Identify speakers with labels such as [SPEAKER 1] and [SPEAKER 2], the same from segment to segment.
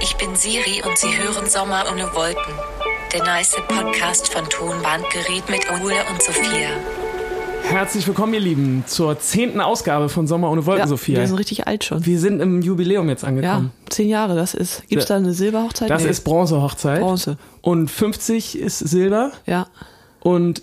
[SPEAKER 1] Ich bin Siri und Sie hören Sommer ohne Wolken. Der nice Podcast von Tonbandgerät mit Ole und Sophia.
[SPEAKER 2] Herzlich willkommen, ihr Lieben, zur zehnten Ausgabe von Sommer ohne Wolken, Sophia.
[SPEAKER 3] Wir sind richtig alt schon.
[SPEAKER 2] Wir sind im Jubiläum jetzt
[SPEAKER 3] ja,
[SPEAKER 2] angekommen.
[SPEAKER 3] zehn Jahre, das ist. Gibt es da eine Silberhochzeit?
[SPEAKER 2] Das
[SPEAKER 3] Nee.
[SPEAKER 2] ist Bronzehochzeit.
[SPEAKER 3] Bronze.
[SPEAKER 2] Und 50 ist Silber
[SPEAKER 3] Ja,
[SPEAKER 2] und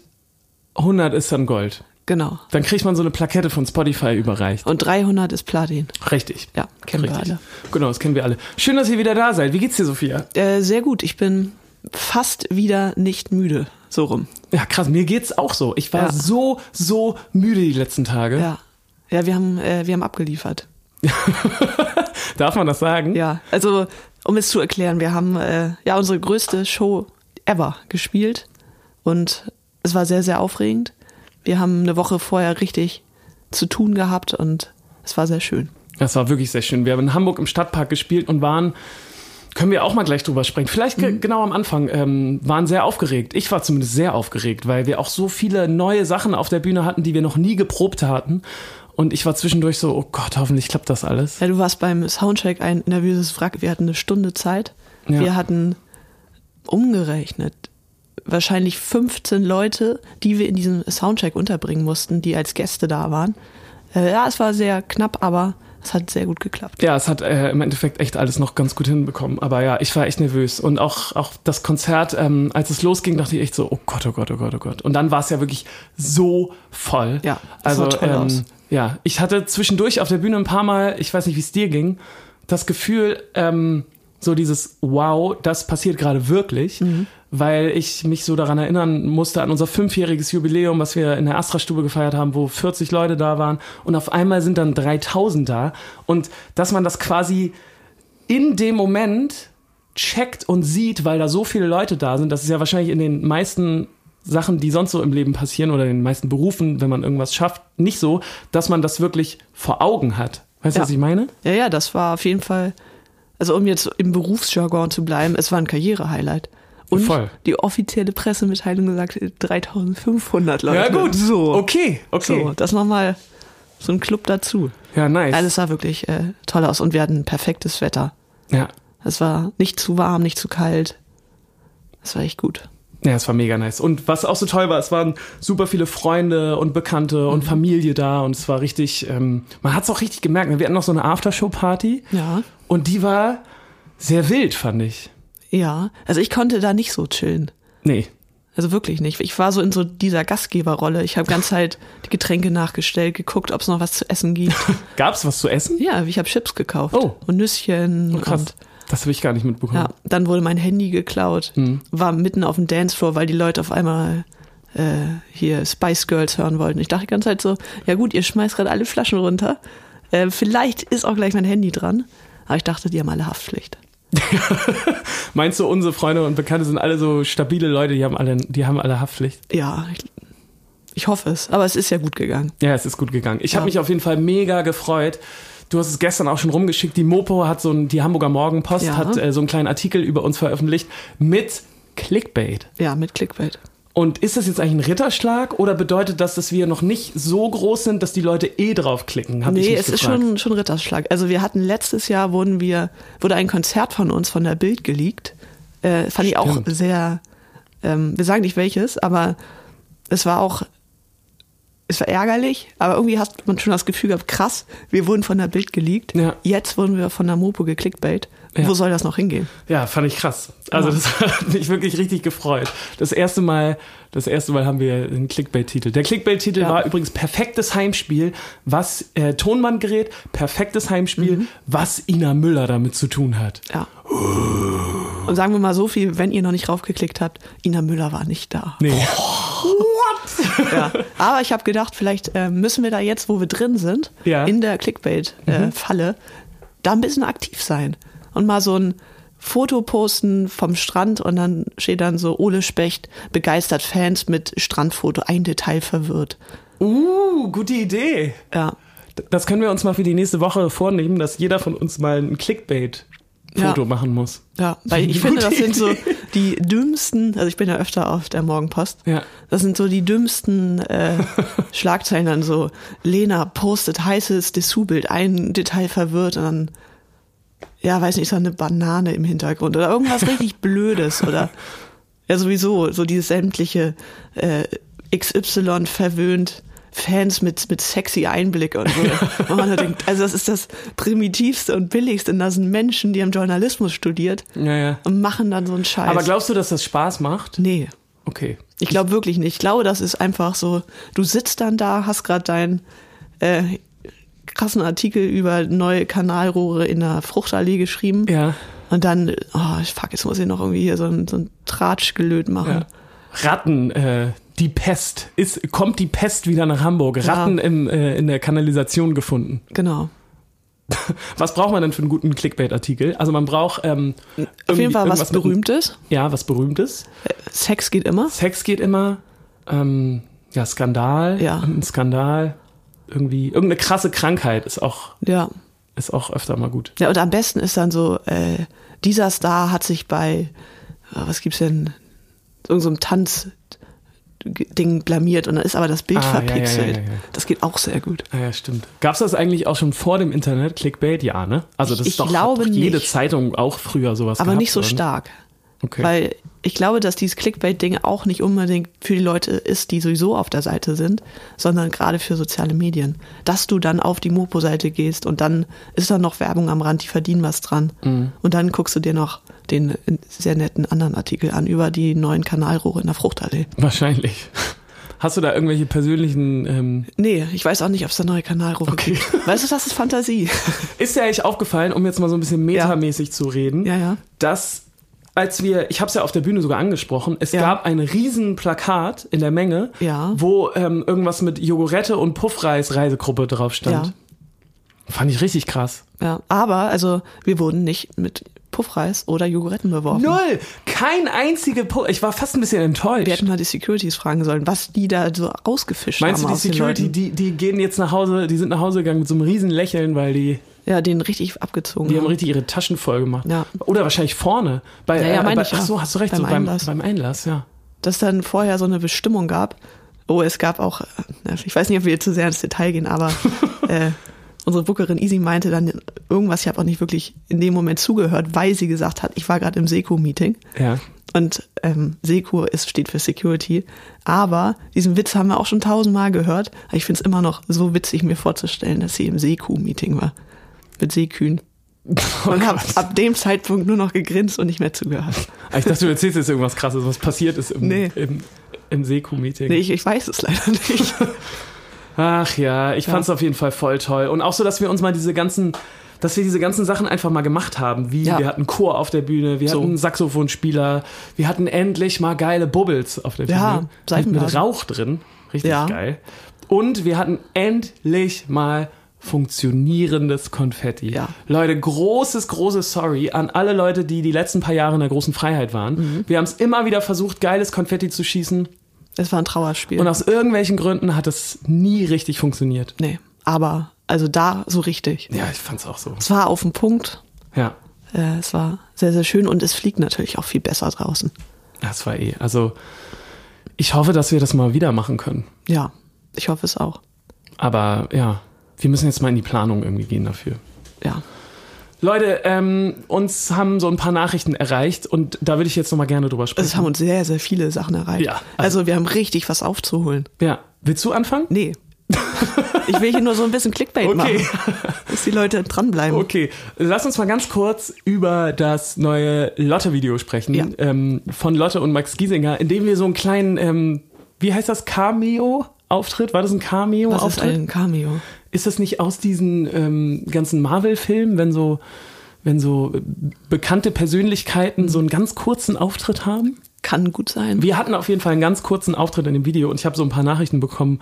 [SPEAKER 2] 100 ist dann Gold.
[SPEAKER 3] genau.
[SPEAKER 2] Dann kriegt man so eine Plakette von Spotify überreicht.
[SPEAKER 3] Und 300 ist Platin.
[SPEAKER 2] Richtig.
[SPEAKER 3] Ja, kennen wir
[SPEAKER 2] Richtig. Genau, das kennen wir alle. Schön, dass ihr wieder da seid. Wie geht's dir, Sophia?
[SPEAKER 3] alle. Äh, sehr gut, ich bin fast wieder nicht müde. So rum.
[SPEAKER 2] Ja, krass, mir geht's auch so. Ich war
[SPEAKER 3] Ja.
[SPEAKER 2] so, so müde die letzten Tage.
[SPEAKER 3] Ja. Ja, wir haben, äh, wir haben abgeliefert.
[SPEAKER 2] Darf man das sagen?
[SPEAKER 3] Ja, also um es zu erklären, wir haben äh, ja unsere größte Show ever gespielt und es war sehr, sehr aufregend. Wir haben eine Woche vorher richtig zu tun gehabt und es war sehr schön.
[SPEAKER 2] Das war wirklich sehr schön. Wir haben in Hamburg im Stadtpark gespielt und waren, können wir auch mal gleich drüber sprechen, vielleicht
[SPEAKER 3] Mhm.
[SPEAKER 2] ge- genau am Anfang, ähm, waren sehr aufgeregt. Ich war zumindest sehr aufgeregt, weil wir auch so viele neue Sachen auf der Bühne hatten, die wir noch nie geprobt hatten. Und ich war zwischendurch so, oh Gott, hoffentlich klappt das alles.
[SPEAKER 3] Ja, du warst beim Soundcheck ein nervöses Wrack. Wir hatten eine Stunde Zeit.
[SPEAKER 2] Ja.
[SPEAKER 3] Wir hatten umgerechnet wahrscheinlich 15 Leute, die wir in diesem Soundcheck unterbringen mussten, die als Gäste da waren. Äh, Ja, es war sehr knapp, aber es hat sehr gut geklappt.
[SPEAKER 2] Ja, es hat äh, im Endeffekt echt alles noch ganz gut hinbekommen. Aber ja, ich war echt nervös. Und auch, auch das Konzert, ähm, als es losging, dachte ich echt so, oh Gott, oh Gott, oh Gott, oh Gott. Und dann war es ja wirklich so voll.
[SPEAKER 3] Ja, das
[SPEAKER 2] also
[SPEAKER 3] sah toll
[SPEAKER 2] ähm,
[SPEAKER 3] aus.
[SPEAKER 2] ja, ich hatte zwischendurch auf der Bühne ein paar Mal, ich weiß nicht, wie es dir ging, das Gefühl, ähm, so dieses Wow, das passiert gerade wirklich. Weil ich mich so daran erinnern musste an unser fünfjähriges Jubiläum, was wir in der Astra-Stube gefeiert haben, wo 40 Leute da waren und auf einmal sind dann 3000 da und dass man das quasi in dem Moment checkt und sieht, weil da so viele Leute da sind, das ist ja wahrscheinlich in den meisten Sachen, die sonst so im Leben passieren oder in den meisten Berufen, wenn man irgendwas schafft, nicht so, dass man das wirklich vor Augen hat. Weißt du,
[SPEAKER 3] Ja.
[SPEAKER 2] was ich meine?
[SPEAKER 3] Ja, ja, das war auf jeden Fall, also um jetzt im Berufsjargon zu bleiben, es war ein Karriere-Highlight. Und
[SPEAKER 2] Voll.
[SPEAKER 3] die offizielle Pressemitteilung sagt 3500 Leute. So.
[SPEAKER 2] Okay, okay.
[SPEAKER 3] So, das nochmal so ein Club dazu.
[SPEAKER 2] Ja, nice.
[SPEAKER 3] Alles sah wirklich äh, toll aus und wir hatten perfektes Wetter.
[SPEAKER 2] Ja.
[SPEAKER 3] Es war nicht zu warm, nicht zu kalt. Es war echt gut.
[SPEAKER 2] Ja, es war mega nice. Und was auch so toll war, es waren super viele Freunde und Bekannte
[SPEAKER 3] Mhm.
[SPEAKER 2] und Familie da und es war richtig, ähm, man hat es auch richtig gemerkt. ne? Wir hatten noch so eine Aftershow-Party
[SPEAKER 3] Ja.
[SPEAKER 2] und die war sehr wild, fand ich.
[SPEAKER 3] Ja. Also ich konnte da nicht so chillen.
[SPEAKER 2] Nee.
[SPEAKER 3] Also wirklich nicht. Ich war so in so dieser Gastgeberrolle. Ich habe ganz halt die Getränke nachgestellt, geguckt, ob es noch was zu essen gibt.
[SPEAKER 2] Gab's was zu essen?
[SPEAKER 3] ja, ich habe Chips gekauft.
[SPEAKER 2] Oh.
[SPEAKER 3] Und Nüsschen.
[SPEAKER 2] Oh, krass.
[SPEAKER 3] Und,
[SPEAKER 2] Das habe ich gar nicht mitbekommen.
[SPEAKER 3] ja. Dann wurde mein Handy geklaut. War mitten auf dem Dancefloor, weil die Leute auf einmal äh, hier Spice Girls hören wollten. Ich dachte die ganze Zeit so, ja gut, ihr schmeißt gerade alle Flaschen runter. Äh, vielleicht ist auch gleich mein Handy dran. Aber ich dachte, die haben alle Haftpflicht.
[SPEAKER 2] Meinst du, unsere Freunde und Bekannte sind alle so stabile Leute, die haben alle, die haben alle Haftpflicht?
[SPEAKER 3] Ja, ich, ich hoffe es. Aber es ist ja gut gegangen.
[SPEAKER 2] Ja, es ist gut gegangen. Ich hab
[SPEAKER 3] Ja.
[SPEAKER 2] habe mich auf jeden Fall mega gefreut. Du hast es gestern auch schon rumgeschickt. Die Mopo hat so ein, die Hamburger Morgenpost
[SPEAKER 3] Ja.
[SPEAKER 2] hat äh, so einen kleinen Artikel über uns veröffentlicht mit Clickbait.
[SPEAKER 3] Ja, mit Clickbait.
[SPEAKER 2] Und ist das jetzt eigentlich ein Ritterschlag oder bedeutet das, dass wir noch nicht so groß sind, dass die Leute eh draufklicken? Hab ich
[SPEAKER 3] nee,
[SPEAKER 2] mich
[SPEAKER 3] es ist
[SPEAKER 2] gefragt.
[SPEAKER 3] schon, schon Ritterschlag. Also wir hatten letztes Jahr wurden wir, wurde ein Konzert von uns von der Bild geleakt. Äh, fand ich auch
[SPEAKER 2] Stimmt.
[SPEAKER 3] sehr, ähm, wir sagen nicht welches, aber es war auch, es war ärgerlich, aber irgendwie hat man schon das Gefühl gehabt, krass, wir wurden von der Bild geleakt.
[SPEAKER 2] Ja.
[SPEAKER 3] Jetzt wurden wir von der Mopo geklickbait.
[SPEAKER 2] Ja.
[SPEAKER 3] Wo soll das noch hingehen?
[SPEAKER 2] Ja, fand ich krass. Also das hat mich wirklich richtig gefreut. Das erste Mal, das erste Mal haben wir einen Clickbait-Titel. Der Clickbait-Titel
[SPEAKER 3] Ja.
[SPEAKER 2] war übrigens perfektes Heimspiel, was äh, Tonbandgerät, perfektes Heimspiel,
[SPEAKER 3] Mhm.
[SPEAKER 2] was Ina Müller damit zu tun hat.
[SPEAKER 3] Ja. Und sagen wir mal so viel, wenn ihr noch nicht raufgeklickt habt, Ina Müller war nicht da.
[SPEAKER 2] Nee.
[SPEAKER 3] Ja. Aber ich habe gedacht, vielleicht äh, müssen wir da jetzt, wo wir drin sind,
[SPEAKER 2] Ja.
[SPEAKER 3] in der Clickbait-Falle, da ein bisschen aktiv sein. Und mal so ein Foto posten vom Strand und dann steht dann so Ole Specht, begeistert Fans mit Strandfoto, ein Detail verwirrt.
[SPEAKER 2] Uh, gute Idee.
[SPEAKER 3] Ja.
[SPEAKER 2] D- Das können wir uns mal für die nächste Woche vornehmen, dass jeder von uns mal ein Clickbait-Foto
[SPEAKER 3] Ja.
[SPEAKER 2] machen muss.
[SPEAKER 3] Ja, weil ich
[SPEAKER 2] Gute
[SPEAKER 3] finde, das sind so
[SPEAKER 2] Idee.
[SPEAKER 3] die dümmsten, also ich bin ja öfter auf der Morgenpost,
[SPEAKER 2] Ja.
[SPEAKER 3] das sind so die dümmsten äh, Schlagzeilen dann so, Lena postet heißes Dessous-Bild, ein Detail verwirrt und dann ja, weiß nicht, ist da eine Banane im Hintergrund oder irgendwas richtig Blödes oder ja, sowieso, so dieses sämtliche äh, XY verwöhnt. Fans mit, mit sexy Einblick und so. Und man nur denkt, also das ist das primitivste und billigste. Und da sind Menschen, die haben Journalismus studiert
[SPEAKER 2] Ja, ja.
[SPEAKER 3] und machen dann so einen Scheiß.
[SPEAKER 2] Aber glaubst du, dass das Spaß macht?
[SPEAKER 3] nee.
[SPEAKER 2] Okay.
[SPEAKER 3] Ich glaube wirklich nicht. Ich glaube, das ist einfach so, du sitzt dann da, hast gerade deinen äh, krassen Artikel über neue Kanalrohre in der Fruchtallee geschrieben.
[SPEAKER 2] Ja.
[SPEAKER 3] Und dann, oh fuck, jetzt muss ich noch irgendwie hier so ein, so ein Tratschgelöt machen.
[SPEAKER 2] ja. Ratten, äh, die Pest. Ist, kommt die Pest wieder nach Hamburg? Ratten im, äh, in der Kanalisation gefunden.
[SPEAKER 3] Genau.
[SPEAKER 2] Was braucht man denn für einen guten Clickbait-Artikel? Also man braucht ähm,
[SPEAKER 3] Auf jeden Fall was
[SPEAKER 2] Berühmtes.
[SPEAKER 3] Berühmtes.
[SPEAKER 2] Ja, was Berühmtes.
[SPEAKER 3] Sex geht immer.
[SPEAKER 2] Sex geht immer. Ähm, ja, Skandal.
[SPEAKER 3] Ja.
[SPEAKER 2] Ein Skandal. Irgendwie, irgendeine krasse Krankheit ist auch,
[SPEAKER 3] Ja.
[SPEAKER 2] ist auch öfter mal gut.
[SPEAKER 3] Ja, und am besten ist dann so, äh, dieser Star hat sich bei, äh, was gibt's denn, irgendeinem so Tanzding blamiert und dann ist aber das Bild
[SPEAKER 2] Ah, ja, ja, ja,
[SPEAKER 3] verpixelt.
[SPEAKER 2] ja, ja.
[SPEAKER 3] Das geht auch sehr gut.
[SPEAKER 2] Ah ja, stimmt. Gab's das eigentlich auch schon vor dem Internet, Clickbait? Ja, ne? Also das
[SPEAKER 3] Ich-
[SPEAKER 2] ist doch,
[SPEAKER 3] ich glaube
[SPEAKER 2] hat doch jede
[SPEAKER 3] nicht.
[SPEAKER 2] Zeitung auch früher sowas
[SPEAKER 3] Aber
[SPEAKER 2] gehabt,
[SPEAKER 3] nicht so
[SPEAKER 2] oder?
[SPEAKER 3] stark.
[SPEAKER 2] Okay.
[SPEAKER 3] Weil ich glaube, dass dieses Clickbait-Ding auch nicht unbedingt für die Leute ist, die sowieso auf der Seite sind, sondern gerade für soziale Medien. Dass du dann auf die Mopo-Seite gehst und dann ist da noch Werbung am Rand, die verdienen was dran.
[SPEAKER 2] Mhm.
[SPEAKER 3] Und dann guckst du dir noch den äh, sehr netten anderen Artikel an über die neuen Kanalrohre in der Fruchtallee.
[SPEAKER 2] Wahrscheinlich. Hast du da irgendwelche persönlichen... Ähm,
[SPEAKER 3] Nee, ich weiß auch nicht, ob es da neue Kanalrohre
[SPEAKER 2] Okay.
[SPEAKER 3] gibt. Weißt du, das ist Fantasie.
[SPEAKER 2] ist dir eigentlich aufgefallen, um jetzt mal so ein bisschen metamäßig zu reden,
[SPEAKER 3] Ja, ja.
[SPEAKER 2] dass als wir, ich habe es ja auf der Bühne sogar angesprochen, es
[SPEAKER 3] Ja.
[SPEAKER 2] gab ein riesen Plakat in der Menge,
[SPEAKER 3] Ja.
[SPEAKER 2] wo ähm, irgendwas mit Jogurette und Puffreis Reisegruppe drauf stand.
[SPEAKER 3] Ja.
[SPEAKER 2] Fand ich richtig krass.
[SPEAKER 3] ja. Aber, also, wir wurden nicht mit Puffreis oder Joghurtten beworfen.
[SPEAKER 2] Null! Kein einzige Puff. Ich war fast ein bisschen enttäuscht.
[SPEAKER 3] Wir hätten mal die Securities fragen sollen, was die da so rausgefischt
[SPEAKER 2] Meinst du,
[SPEAKER 3] haben.
[SPEAKER 2] die
[SPEAKER 3] aus den
[SPEAKER 2] Security,
[SPEAKER 3] Leuten.
[SPEAKER 2] die, die gehen jetzt nach Hause, die sind nach Hause gegangen mit so einem riesen Lächeln, weil die,
[SPEAKER 3] Ja, den richtig abgezogen.
[SPEAKER 2] die haben
[SPEAKER 3] haben.
[SPEAKER 2] richtig ihre Taschen voll gemacht.
[SPEAKER 3] Ja.
[SPEAKER 2] Oder wahrscheinlich vorne. Bei,
[SPEAKER 3] Ja, ja,
[SPEAKER 2] äh,
[SPEAKER 3] meine
[SPEAKER 2] bei,
[SPEAKER 3] ich ja.
[SPEAKER 2] ach so, hast du recht,
[SPEAKER 3] Beim
[SPEAKER 2] so beim,
[SPEAKER 3] Einlass.
[SPEAKER 2] beim Einlass, ja.
[SPEAKER 3] Dass dann vorher so eine Bestimmung gab. Oh, es gab auch, äh, na, ich weiß nicht, ob wir jetzt zu sehr ins Detail gehen, aber äh, unsere Bookerin Easy meinte dann irgendwas, ich habe auch nicht wirklich in dem Moment zugehört, weil sie gesagt hat, ich war gerade im Seko-Meeting.
[SPEAKER 2] Ja.
[SPEAKER 3] Und ähm, Seko ist, steht für Security. Aber diesen Witz haben wir auch schon tausendmal gehört. Aber Ich finde es immer noch so witzig, mir vorzustellen, dass sie im Seko-Meeting war. Mit Seekühen.
[SPEAKER 2] Oh
[SPEAKER 3] Und habe ab dem Zeitpunkt nur noch gegrinst und nicht mehr zugehört.
[SPEAKER 2] Ah, Ich dachte, du erzählst jetzt irgendwas krasses, was passiert ist im,
[SPEAKER 3] Nee.
[SPEAKER 2] im, im Seku-Meeting.
[SPEAKER 3] Nee, ich, ich weiß es leider nicht.
[SPEAKER 2] Ach ja, ich fand's auf jeden Fall voll toll. Und auch so, dass wir uns mal diese ganzen, dass wir diese ganzen Sachen einfach mal gemacht haben. Wie
[SPEAKER 3] Ja.
[SPEAKER 2] wir hatten Chor auf der Bühne, wir
[SPEAKER 3] So.
[SPEAKER 2] hatten einen Saxophonspieler, wir hatten endlich mal geile Bubbles auf der Bühne.
[SPEAKER 3] Ja,
[SPEAKER 2] mit, mit
[SPEAKER 3] Seifenblasen.
[SPEAKER 2] Rauch drin. Richtig
[SPEAKER 3] Ja.
[SPEAKER 2] geil. Und wir hatten endlich mal funktionierendes Konfetti.
[SPEAKER 3] Ja.
[SPEAKER 2] Leute, großes, großes Sorry an alle Leute, die die letzten paar Jahre in der großen Freiheit waren.
[SPEAKER 3] Mhm.
[SPEAKER 2] Wir haben es immer wieder versucht, geiles Konfetti zu schießen.
[SPEAKER 3] Es war ein Trauerspiel.
[SPEAKER 2] Und aus irgendwelchen Gründen hat es nie richtig funktioniert.
[SPEAKER 3] nee, aber also da so richtig.
[SPEAKER 2] Ja, ich fand's auch so.
[SPEAKER 3] Es war auf den Punkt.
[SPEAKER 2] Ja,
[SPEAKER 3] Äh, es war sehr, sehr schön und es fliegt natürlich auch viel besser draußen.
[SPEAKER 2] das war eh. Also, ich hoffe, dass wir das mal wieder machen können.
[SPEAKER 3] Ja, ich hoffe es auch.
[SPEAKER 2] Aber ja, wir müssen jetzt mal in die Planung irgendwie gehen dafür.
[SPEAKER 3] Ja.
[SPEAKER 2] Leute, ähm, uns haben so ein paar Nachrichten erreicht und da würde ich jetzt nochmal gerne drüber
[SPEAKER 3] also Es
[SPEAKER 2] sprechen.
[SPEAKER 3] haben uns sehr, sehr viele Sachen erreicht.
[SPEAKER 2] Ja, also-
[SPEAKER 3] also, wir haben richtig was aufzuholen.
[SPEAKER 2] Ja, willst du anfangen?
[SPEAKER 3] Nee. ich will hier nur so ein bisschen Clickbait
[SPEAKER 2] Okay.
[SPEAKER 3] machen, dass die Leute dranbleiben.
[SPEAKER 2] Okay, lass uns mal ganz kurz über das neue Lotte-Video sprechen
[SPEAKER 3] Ja.
[SPEAKER 2] ähm, von Lotte und Max Giesinger, in dem wir so einen kleinen, ähm, wie heißt das, Cameo-Auftritt? War das ein
[SPEAKER 3] Was ist
[SPEAKER 2] Cameo-Auftritt?
[SPEAKER 3] ein Cameo?
[SPEAKER 2] Ist das nicht aus diesen ähm, ganzen Marvel-Filmen, wenn so, wenn so äh, bekannte Persönlichkeiten so einen ganz kurzen Auftritt haben?
[SPEAKER 3] Kann gut sein.
[SPEAKER 2] Wir hatten auf jeden Fall einen ganz kurzen Auftritt in dem Video und ich habe so ein paar Nachrichten bekommen,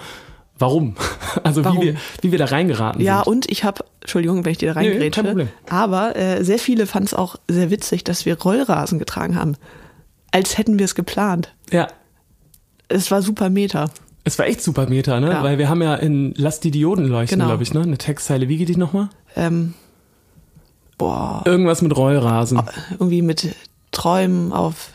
[SPEAKER 2] warum? Also
[SPEAKER 3] Warum?
[SPEAKER 2] Wie, wir, wie wir da reingeraten
[SPEAKER 3] Ja,
[SPEAKER 2] sind.
[SPEAKER 3] und ich habe, Entschuldigung, wenn ich dir da reingrätsche,
[SPEAKER 2] kein Problem.
[SPEAKER 3] aber äh, sehr viele fanden es auch sehr witzig, dass wir Rollrasen getragen haben. Als hätten wir es geplant.
[SPEAKER 2] Ja,
[SPEAKER 3] Es war super Meta.
[SPEAKER 2] es war echt super Meta, ne?
[SPEAKER 3] Ja.
[SPEAKER 2] Weil wir haben ja in Lass die Dioden leuchten,
[SPEAKER 3] Genau.
[SPEAKER 2] glaube ich, ne? Eine Textzeile, wie geht die nochmal?
[SPEAKER 3] Ähm, boah,
[SPEAKER 2] Irgendwas mit Rollrasen.
[SPEAKER 3] irgendwie mit Träumen auf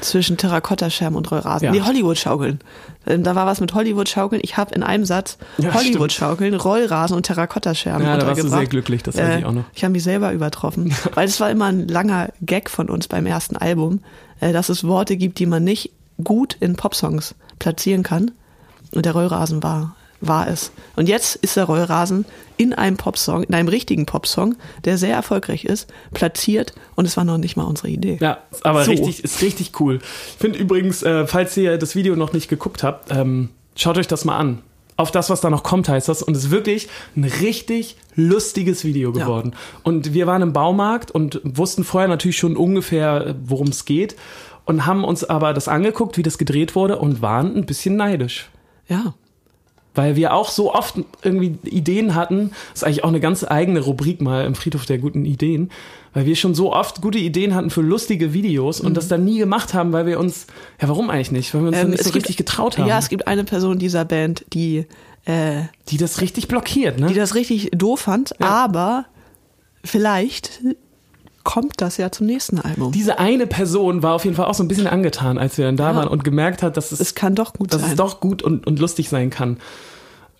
[SPEAKER 3] Zwischen Terrakottascherben und Rollrasen.
[SPEAKER 2] Ja.
[SPEAKER 3] Nee, Hollywood-Schaukeln. Ähm, Da war was mit Hollywood-Schaukeln. Ich habe in einem Satz
[SPEAKER 2] Ja,
[SPEAKER 3] Hollywood-Schaukeln, Rollrasen und Terrakottascherben
[SPEAKER 2] Ja, da warst du
[SPEAKER 3] untergebracht.
[SPEAKER 2] sehr glücklich, das weiß
[SPEAKER 3] Äh,
[SPEAKER 2] ich auch noch.
[SPEAKER 3] Ich habe mich selber übertroffen, weil es war immer ein langer Gag von uns beim ersten Album, äh, dass es Worte gibt, die man nicht gut in Popsongs platzieren kann. Und der Rollrasen war, war es. Und jetzt ist der Rollrasen in einem Popsong, in einem richtigen Popsong, der sehr erfolgreich ist, platziert und es war noch nicht mal unsere Idee.
[SPEAKER 2] Ja, aber
[SPEAKER 3] So.
[SPEAKER 2] richtig, ist richtig cool. Ich finde übrigens, äh, falls ihr das Video noch nicht geguckt habt, ähm, schaut euch das mal an. Auf das, was da noch kommt, heißt das. Und es ist wirklich ein richtig lustiges Video
[SPEAKER 3] Ja.
[SPEAKER 2] geworden. Und wir waren im Baumarkt und wussten vorher natürlich schon ungefähr, äh, worum es geht. Und haben uns aber das angeguckt, wie das gedreht wurde und waren ein bisschen neidisch.
[SPEAKER 3] ja.
[SPEAKER 2] Weil wir auch so oft irgendwie Ideen hatten, das ist eigentlich auch eine ganz eigene Rubrik mal im Friedhof der guten Ideen, weil wir schon so oft gute Ideen hatten für lustige Videos und das dann nie gemacht haben, weil wir uns, ja warum eigentlich nicht, weil wir uns dann
[SPEAKER 3] Mhm. Ähm,
[SPEAKER 2] nicht so
[SPEAKER 3] gibt-
[SPEAKER 2] richtig getraut haben,
[SPEAKER 3] Ja, es gibt eine Person dieser Band, die, äh,
[SPEAKER 2] die das richtig blockiert, ne?
[SPEAKER 3] die das richtig doof fand, aber vielleicht kommt das ja zum nächsten Album.
[SPEAKER 2] Diese eine Person war auf jeden Fall auch so ein bisschen angetan, als wir dann da
[SPEAKER 3] Ja.
[SPEAKER 2] waren und gemerkt hat, dass es,
[SPEAKER 3] es kann doch gut
[SPEAKER 2] dass
[SPEAKER 3] sein.
[SPEAKER 2] es doch gut und, und lustig sein kann.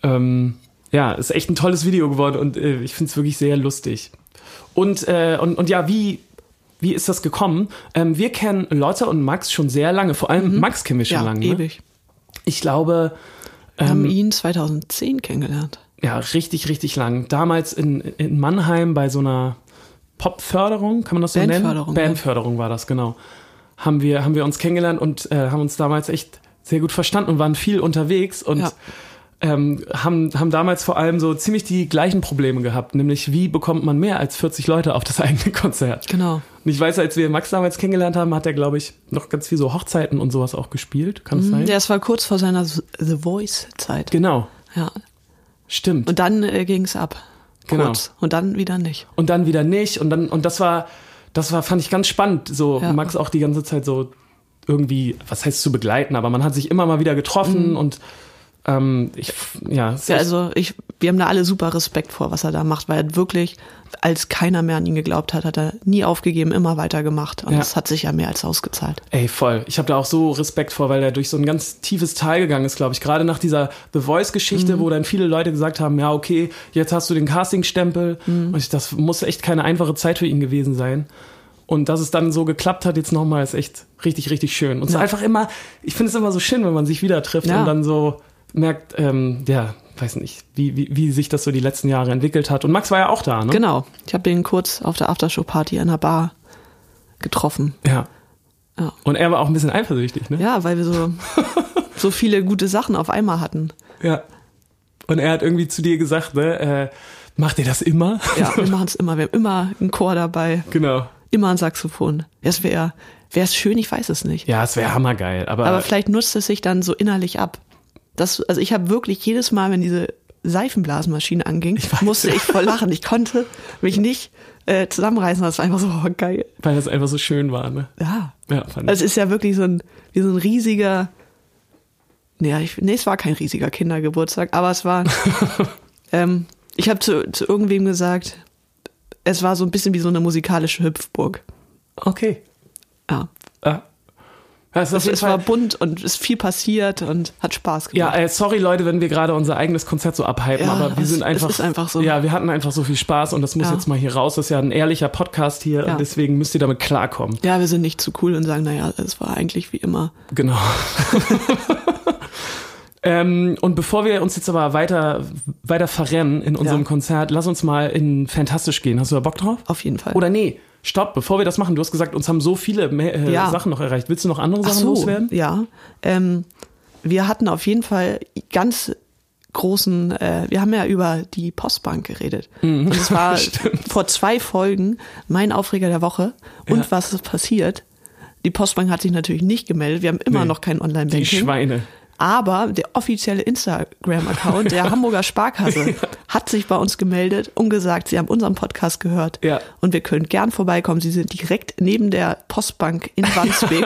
[SPEAKER 2] Ähm, ja, ist echt ein tolles Video geworden und äh, ich finde es wirklich sehr lustig. Und, äh, und, und ja, wie, wie ist das gekommen? Ähm, wir kennen Lotte und Max schon sehr lange, vor allem Max kennen wir schon
[SPEAKER 3] Mhm. ja,
[SPEAKER 2] lange. Ne? Ähm,
[SPEAKER 3] ewig.
[SPEAKER 2] Ich glaube,
[SPEAKER 3] Wir haben ihn 2010 kennengelernt.
[SPEAKER 2] ja, richtig, richtig lang. Damals in, in Mannheim bei so einer Popförderung, kann man das so
[SPEAKER 3] Bandförderung,
[SPEAKER 2] nennen?
[SPEAKER 3] ja.
[SPEAKER 2] Bandförderung war das, genau. Haben wir, haben wir uns kennengelernt und äh, haben uns damals echt sehr gut verstanden und waren viel unterwegs und
[SPEAKER 3] Ja.
[SPEAKER 2] ähm, haben, haben damals vor allem so ziemlich die gleichen Probleme gehabt, nämlich wie bekommt man mehr als 40 Leute auf das eigene Konzert?
[SPEAKER 3] Genau.
[SPEAKER 2] Und ich weiß, als wir Max damals kennengelernt haben, hat er, glaube ich, noch ganz viel so Hochzeiten und sowas auch gespielt. Kann es sein?
[SPEAKER 3] Ja, es Mhm. war kurz vor seiner S- The Voice-Zeit.
[SPEAKER 2] Genau,
[SPEAKER 3] Ja.
[SPEAKER 2] stimmt.
[SPEAKER 3] Und dann äh, ging es ab.
[SPEAKER 2] Genau.
[SPEAKER 3] Kurz. Und dann wieder nicht.
[SPEAKER 2] und dann wieder nicht und dann und das war das war fand ich ganz spannend so
[SPEAKER 3] Ja.
[SPEAKER 2] Max auch die ganze Zeit so irgendwie was heißt zu begleiten aber man hat sich immer mal wieder getroffen und ähm, ich ja, es ist
[SPEAKER 3] Mhm. Ja,
[SPEAKER 2] echt-
[SPEAKER 3] also ich, wir haben da alle super Respekt vor, was er da macht, weil er wirklich, als keiner mehr an ihn geglaubt hat, hat er nie aufgegeben, immer weitergemacht. Und
[SPEAKER 2] Ja.
[SPEAKER 3] das hat sich ja mehr als ausgezahlt.
[SPEAKER 2] ey voll ich habe da auch so Respekt vor weil er durch so ein ganz tiefes Tal gegangen ist glaube ich gerade nach dieser The Voice Geschichte
[SPEAKER 3] Mhm.
[SPEAKER 2] wo dann viele Leute gesagt haben ja okay jetzt hast du den Casting Stempel
[SPEAKER 3] Mhm.
[SPEAKER 2] und ich, das muss echt keine einfache Zeit für ihn gewesen sein Und dass es dann so geklappt hat, jetzt nochmal, ist echt richtig, richtig schön. Und es ist einfach immer, ich finde es immer so schön, wenn man sich wieder trifft
[SPEAKER 3] Ja.
[SPEAKER 2] und dann so merkt, ähm, ja, weiß nicht, wie, wie, wie sich das so die letzten Jahre entwickelt hat. Und Max war ja auch da, ne?
[SPEAKER 3] Genau. Ich habe den kurz auf der Aftershow-Party in einer Bar getroffen.
[SPEAKER 2] Ja.
[SPEAKER 3] Ja.
[SPEAKER 2] Und er war auch ein bisschen eifersüchtig, ne?
[SPEAKER 3] Ja, weil wir so, so viele gute Sachen auf einmal hatten.
[SPEAKER 2] Ja. Und er hat irgendwie zu dir gesagt, ne, äh, macht ihr das immer?
[SPEAKER 3] Ja, wir machen es immer. Wir haben immer einen Chor dabei.
[SPEAKER 2] genau.
[SPEAKER 3] immer ein Saxophon. Es wäre wär's schön, ich weiß es nicht.
[SPEAKER 2] Ja, es wäre hammergeil, aber,
[SPEAKER 3] Aber vielleicht nutzt es sich dann so innerlich ab. Das, also ich habe wirklich jedes Mal, wenn diese Seifenblasenmaschine anging,
[SPEAKER 2] weiß.
[SPEAKER 3] musste ich voll lachen. Ich konnte mich nicht äh, zusammenreißen. Das war einfach so oh, geil.
[SPEAKER 2] weil das einfach so schön war, ne?
[SPEAKER 3] Ja.
[SPEAKER 2] Ja, fand
[SPEAKER 3] Es ist ja wirklich so ein, wie so ein riesiger. Naja, ich, nee, es war kein riesiger Kindergeburtstag, aber es war. ähm, ich habe zu, zu irgendwem gesagt, es war so ein bisschen wie so eine musikalische Hüpfburg.
[SPEAKER 2] ich. Okay.
[SPEAKER 3] Ja.
[SPEAKER 2] Ja. Ah. Ja, ist auf
[SPEAKER 3] Es,
[SPEAKER 2] jeden
[SPEAKER 3] es
[SPEAKER 2] Fall-
[SPEAKER 3] war bunt und ist viel passiert und hat Spaß
[SPEAKER 2] Ja,
[SPEAKER 3] gemacht.
[SPEAKER 2] äh, sorry Leute, wenn wir gerade unser eigenes Konzert so abhypen,
[SPEAKER 3] Ja,
[SPEAKER 2] aber wir
[SPEAKER 3] es-
[SPEAKER 2] sind
[SPEAKER 3] es
[SPEAKER 2] einfach,
[SPEAKER 3] ist einfach so.
[SPEAKER 2] Ja, wir hatten einfach so viel Spaß und das muss
[SPEAKER 3] Ja.
[SPEAKER 2] jetzt mal hier raus. Das ist ja ein ehrlicher Podcast hier
[SPEAKER 3] Ja.
[SPEAKER 2] und deswegen müsst ihr damit klarkommen.
[SPEAKER 3] Ja, wir sind nicht zu cool und sagen, naja, es war eigentlich wie immer.
[SPEAKER 2] Genau. ähm, und bevor wir uns jetzt aber weiter, weiter verrennen in unserem
[SPEAKER 3] Ja.
[SPEAKER 2] Konzert, lass uns mal in Fantastisch gehen. Hast du da Bock drauf?
[SPEAKER 3] Auf jeden Fall.
[SPEAKER 2] Oder nee, stopp, bevor wir das machen, du hast gesagt, uns haben so viele mehr, äh,
[SPEAKER 3] Ja.
[SPEAKER 2] Sachen noch erreicht. Willst du noch andere Sachen loswerden?
[SPEAKER 3] Ja. Ähm, wir hatten auf jeden Fall ganz großen, äh, wir haben ja über die Postbank geredet.
[SPEAKER 2] Mhm.
[SPEAKER 3] Und es war vor zwei Folgen mein Aufreger der Woche und
[SPEAKER 2] Ja.
[SPEAKER 3] was ist passiert. Die Postbank hat sich natürlich nicht gemeldet. Wir haben immer
[SPEAKER 2] Nee.
[SPEAKER 3] noch kein
[SPEAKER 2] Die
[SPEAKER 3] Online-Banking.
[SPEAKER 2] Schweine.
[SPEAKER 3] Aber der offizielle Instagram-Account der Hamburger Sparkasse hat sich bei uns gemeldet und gesagt, sie haben unseren Podcast gehört
[SPEAKER 2] Ja.
[SPEAKER 3] und wir können gern vorbeikommen. Sie sind direkt neben der Postbank in Wandsbek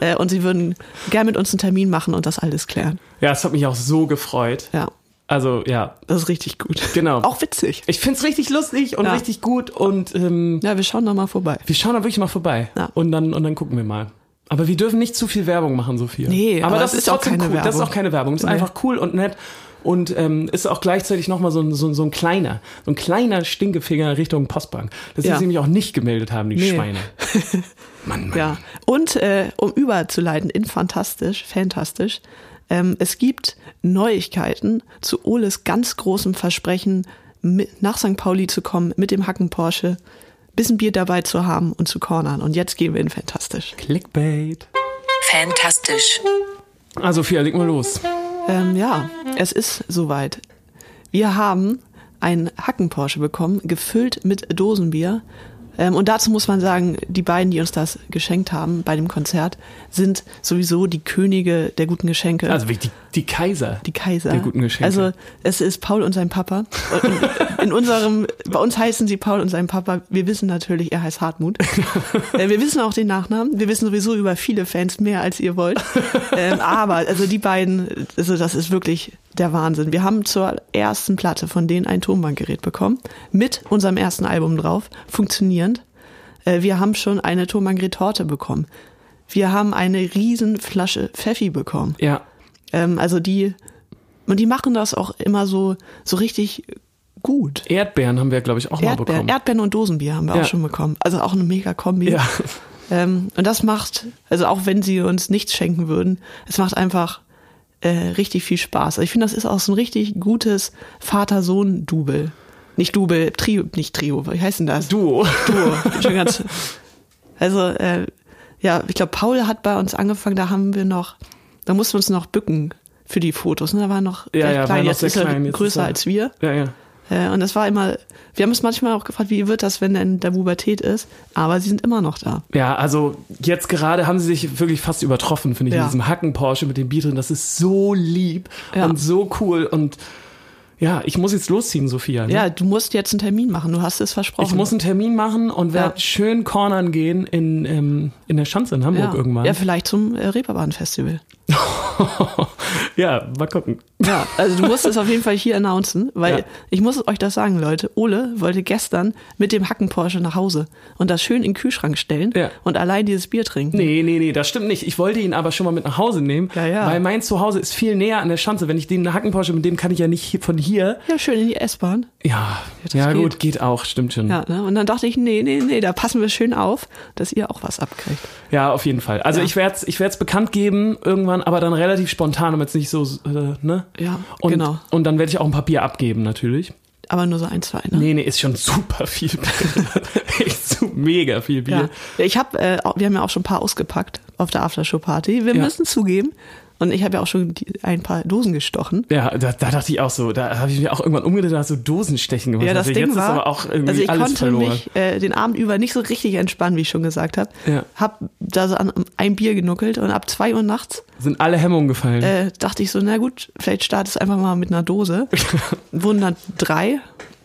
[SPEAKER 3] äh, und sie würden gern mit uns einen Termin machen und das alles klären.
[SPEAKER 2] Ja, es hat mich auch so gefreut.
[SPEAKER 3] Ja,
[SPEAKER 2] Also, ja,
[SPEAKER 3] das ist richtig gut.
[SPEAKER 2] Genau.
[SPEAKER 3] Auch witzig.
[SPEAKER 2] Ich find's richtig lustig und
[SPEAKER 3] Ja.
[SPEAKER 2] richtig gut und ähm,
[SPEAKER 3] Ja, wir schauen da mal vorbei.
[SPEAKER 2] wir schauen da wirklich mal vorbei.
[SPEAKER 3] Ja.
[SPEAKER 2] Und, dann, und dann gucken wir mal. Aber wir dürfen nicht zu viel Werbung machen, Sophia.
[SPEAKER 3] Nee,
[SPEAKER 2] aber,
[SPEAKER 3] aber
[SPEAKER 2] das
[SPEAKER 3] es
[SPEAKER 2] ist auch keine cool. Werbung. Das ist auch keine Werbung. Das ist
[SPEAKER 3] Nee.
[SPEAKER 2] einfach cool und nett und ähm, ist auch gleichzeitig nochmal so ein, so, ein- so ein kleiner, so ein kleiner Stinkefinger Richtung Postbank, dass sie
[SPEAKER 3] Ja.
[SPEAKER 2] sich nämlich auch nicht gemeldet haben, die
[SPEAKER 3] Nee.
[SPEAKER 2] Schweine. Mann, Mann.
[SPEAKER 3] Ja, und äh, um überzuleiten in fantastisch, fantastisch, ähm, es gibt Neuigkeiten zu Oles ganz großem Versprechen, mit, nach St. Pauli zu kommen mit dem Hacken Porsche, bisschen Bier dabei zu haben und zu cornern. Und jetzt gehen wir in fantastisch.
[SPEAKER 2] Clickbait.
[SPEAKER 1] Fantastisch.
[SPEAKER 2] Ah, Sophia, leg mal los.
[SPEAKER 3] Ähm, ja, es ist soweit. Wir haben einen Hacken-Porsche bekommen, gefüllt mit Dosenbier. Ähm, und dazu muss man sagen, die beiden, die uns das geschenkt haben bei dem Konzert, sind sowieso die Könige der guten Geschenke.
[SPEAKER 2] Also wie die, die Kaiser.
[SPEAKER 3] die Kaiser.
[SPEAKER 2] Der guten Geschenke.
[SPEAKER 3] Also es ist Paul und sein Papa. Und in- in unserem, bei uns heißen sie Paul und sein Papa. Wir wissen natürlich, er heißt Hartmut. Äh, wir wissen auch den Nachnamen. Wir wissen sowieso über viele Fans mehr, als ihr wollt. Ähm, aber also die beiden, also das ist wirklich der Wahnsinn. Wir haben zur ersten Platte von denen ein Tonbandgerät bekommen mit unserem ersten Album drauf, funktionierend. Äh, wir haben schon eine Tonbandgerät-Torte bekommen. Wir haben eine riesen Flasche Pfeffi bekommen.
[SPEAKER 2] ja.
[SPEAKER 3] Ähm, also die, und die machen das auch immer so, so richtig gut.
[SPEAKER 2] Erdbeeren haben wir, glaube ich, auch mal
[SPEAKER 3] Erdbeeren,
[SPEAKER 2] bekommen.
[SPEAKER 3] Erdbeeren und Dosenbier haben wir
[SPEAKER 2] Ja.
[SPEAKER 3] auch schon bekommen. Also auch eine mega Kombi.
[SPEAKER 2] ja.
[SPEAKER 3] Ähm, und das macht, also auch wenn sie uns nichts schenken würden, es macht einfach äh, richtig viel Spaß. Also ich finde, das ist auch so ein richtig gutes Vater-Sohn-Double. Nicht Double, Trio, nicht Trio, wie heißt denn das?
[SPEAKER 2] Duo.
[SPEAKER 3] Duo. Ich bin Schon ganz, also, äh, ja, ich glaube, Paul hat bei uns angefangen, da haben wir noch, da mussten wir uns noch bücken für die Fotos. Ne? Da war noch
[SPEAKER 2] Ja,
[SPEAKER 3] recht
[SPEAKER 2] ja, war noch
[SPEAKER 3] jetzt
[SPEAKER 2] sehr
[SPEAKER 3] ist er
[SPEAKER 2] klein, jetzt ist
[SPEAKER 3] größer
[SPEAKER 2] er-
[SPEAKER 3] als wir.
[SPEAKER 2] Ja, ja.
[SPEAKER 3] Äh, und das war immer, wir haben uns manchmal auch gefragt, wie wird das, wenn er in der Pubertät ist? Aber sie sind immer noch da.
[SPEAKER 2] Ja, also jetzt gerade haben sie sich wirklich fast übertroffen, finde ich,
[SPEAKER 3] Ja.
[SPEAKER 2] mit diesem Hacken-Porsche, mit dem Bier drin. Das ist so lieb
[SPEAKER 3] Ja.
[SPEAKER 2] und so cool. Und ja, ich muss jetzt losziehen, Sophia. Ne?
[SPEAKER 3] Ja, du musst jetzt einen Termin machen, du hast es versprochen.
[SPEAKER 2] Ich muss einen Termin machen und werde
[SPEAKER 3] Ja.
[SPEAKER 2] schön cornern gehen in, ähm, in der Schanze in Hamburg
[SPEAKER 3] ja.
[SPEAKER 2] irgendwann.
[SPEAKER 3] Ja, vielleicht zum äh, Reeperbahn-Festival.
[SPEAKER 2] ja, mal gucken.
[SPEAKER 3] Ja, also du musst es auf jeden Fall hier announcen, weil
[SPEAKER 2] Ja.
[SPEAKER 3] ich muss euch das sagen, Leute. Ole wollte gestern mit dem Hacken Porsche nach Hause und das schön in den Kühlschrank stellen
[SPEAKER 2] Ja.
[SPEAKER 3] und allein dieses Bier trinken.
[SPEAKER 2] Nee, nee, nee, das stimmt nicht. Ich wollte ihn aber schon mal mit nach Hause nehmen,
[SPEAKER 3] Ja, ja.
[SPEAKER 2] weil mein Zuhause ist viel näher an der Schanze. Wenn ich den Hacken-Porsche, mit dem kann ich ja nicht hier- von hier.
[SPEAKER 3] Ja, schön in die S-Bahn.
[SPEAKER 2] Ja,
[SPEAKER 3] das
[SPEAKER 2] ja
[SPEAKER 3] geht.
[SPEAKER 2] gut, geht auch, stimmt schon.
[SPEAKER 3] Ja, ne? Und dann dachte ich, nee, nee, nee, da passen wir schön auf, dass ihr auch was abkriegt.
[SPEAKER 2] Ja, auf jeden Fall. Also
[SPEAKER 3] Ja.
[SPEAKER 2] ich werde es ich werd's bekannt geben irgendwann, aber dann relativ spontan, um jetzt nicht so, äh, ne?
[SPEAKER 3] Ja,
[SPEAKER 2] und,
[SPEAKER 3] genau.
[SPEAKER 2] Und dann werde ich auch ein Papier abgeben, natürlich.
[SPEAKER 3] Aber nur so ein, zwei, ne?
[SPEAKER 2] Nee, nee, ist schon super viel Bier. Echt so mega viel Bier.
[SPEAKER 3] Ja. Ja, Ich habe, äh, wir haben ja auch schon ein paar ausgepackt auf der Aftershow-Party. Wir
[SPEAKER 2] Ja.
[SPEAKER 3] müssen zugeben. Und ich habe ja auch schon die, ein paar Dosen gestochen.
[SPEAKER 2] Ja, da, da dachte ich auch so, da habe ich mir auch irgendwann umgedreht, da so Dosenstechen gemacht.
[SPEAKER 3] Ja, das
[SPEAKER 2] Also
[SPEAKER 3] Ding
[SPEAKER 2] Jetzt
[SPEAKER 3] war,
[SPEAKER 2] ist aber auch irgendwie
[SPEAKER 3] also ich
[SPEAKER 2] alles
[SPEAKER 3] konnte
[SPEAKER 2] verloren.
[SPEAKER 3] mich äh, den Abend über nicht so richtig entspannen, wie ich schon gesagt habe.
[SPEAKER 2] Ja.
[SPEAKER 3] Hab da so an um ein Bier genuckelt und ab zwei Uhr nachts
[SPEAKER 2] Sind alle Hemmungen gefallen.
[SPEAKER 3] äh, dachte ich so, na gut, vielleicht startest einfach mal mit einer Dose. Wurden dann drei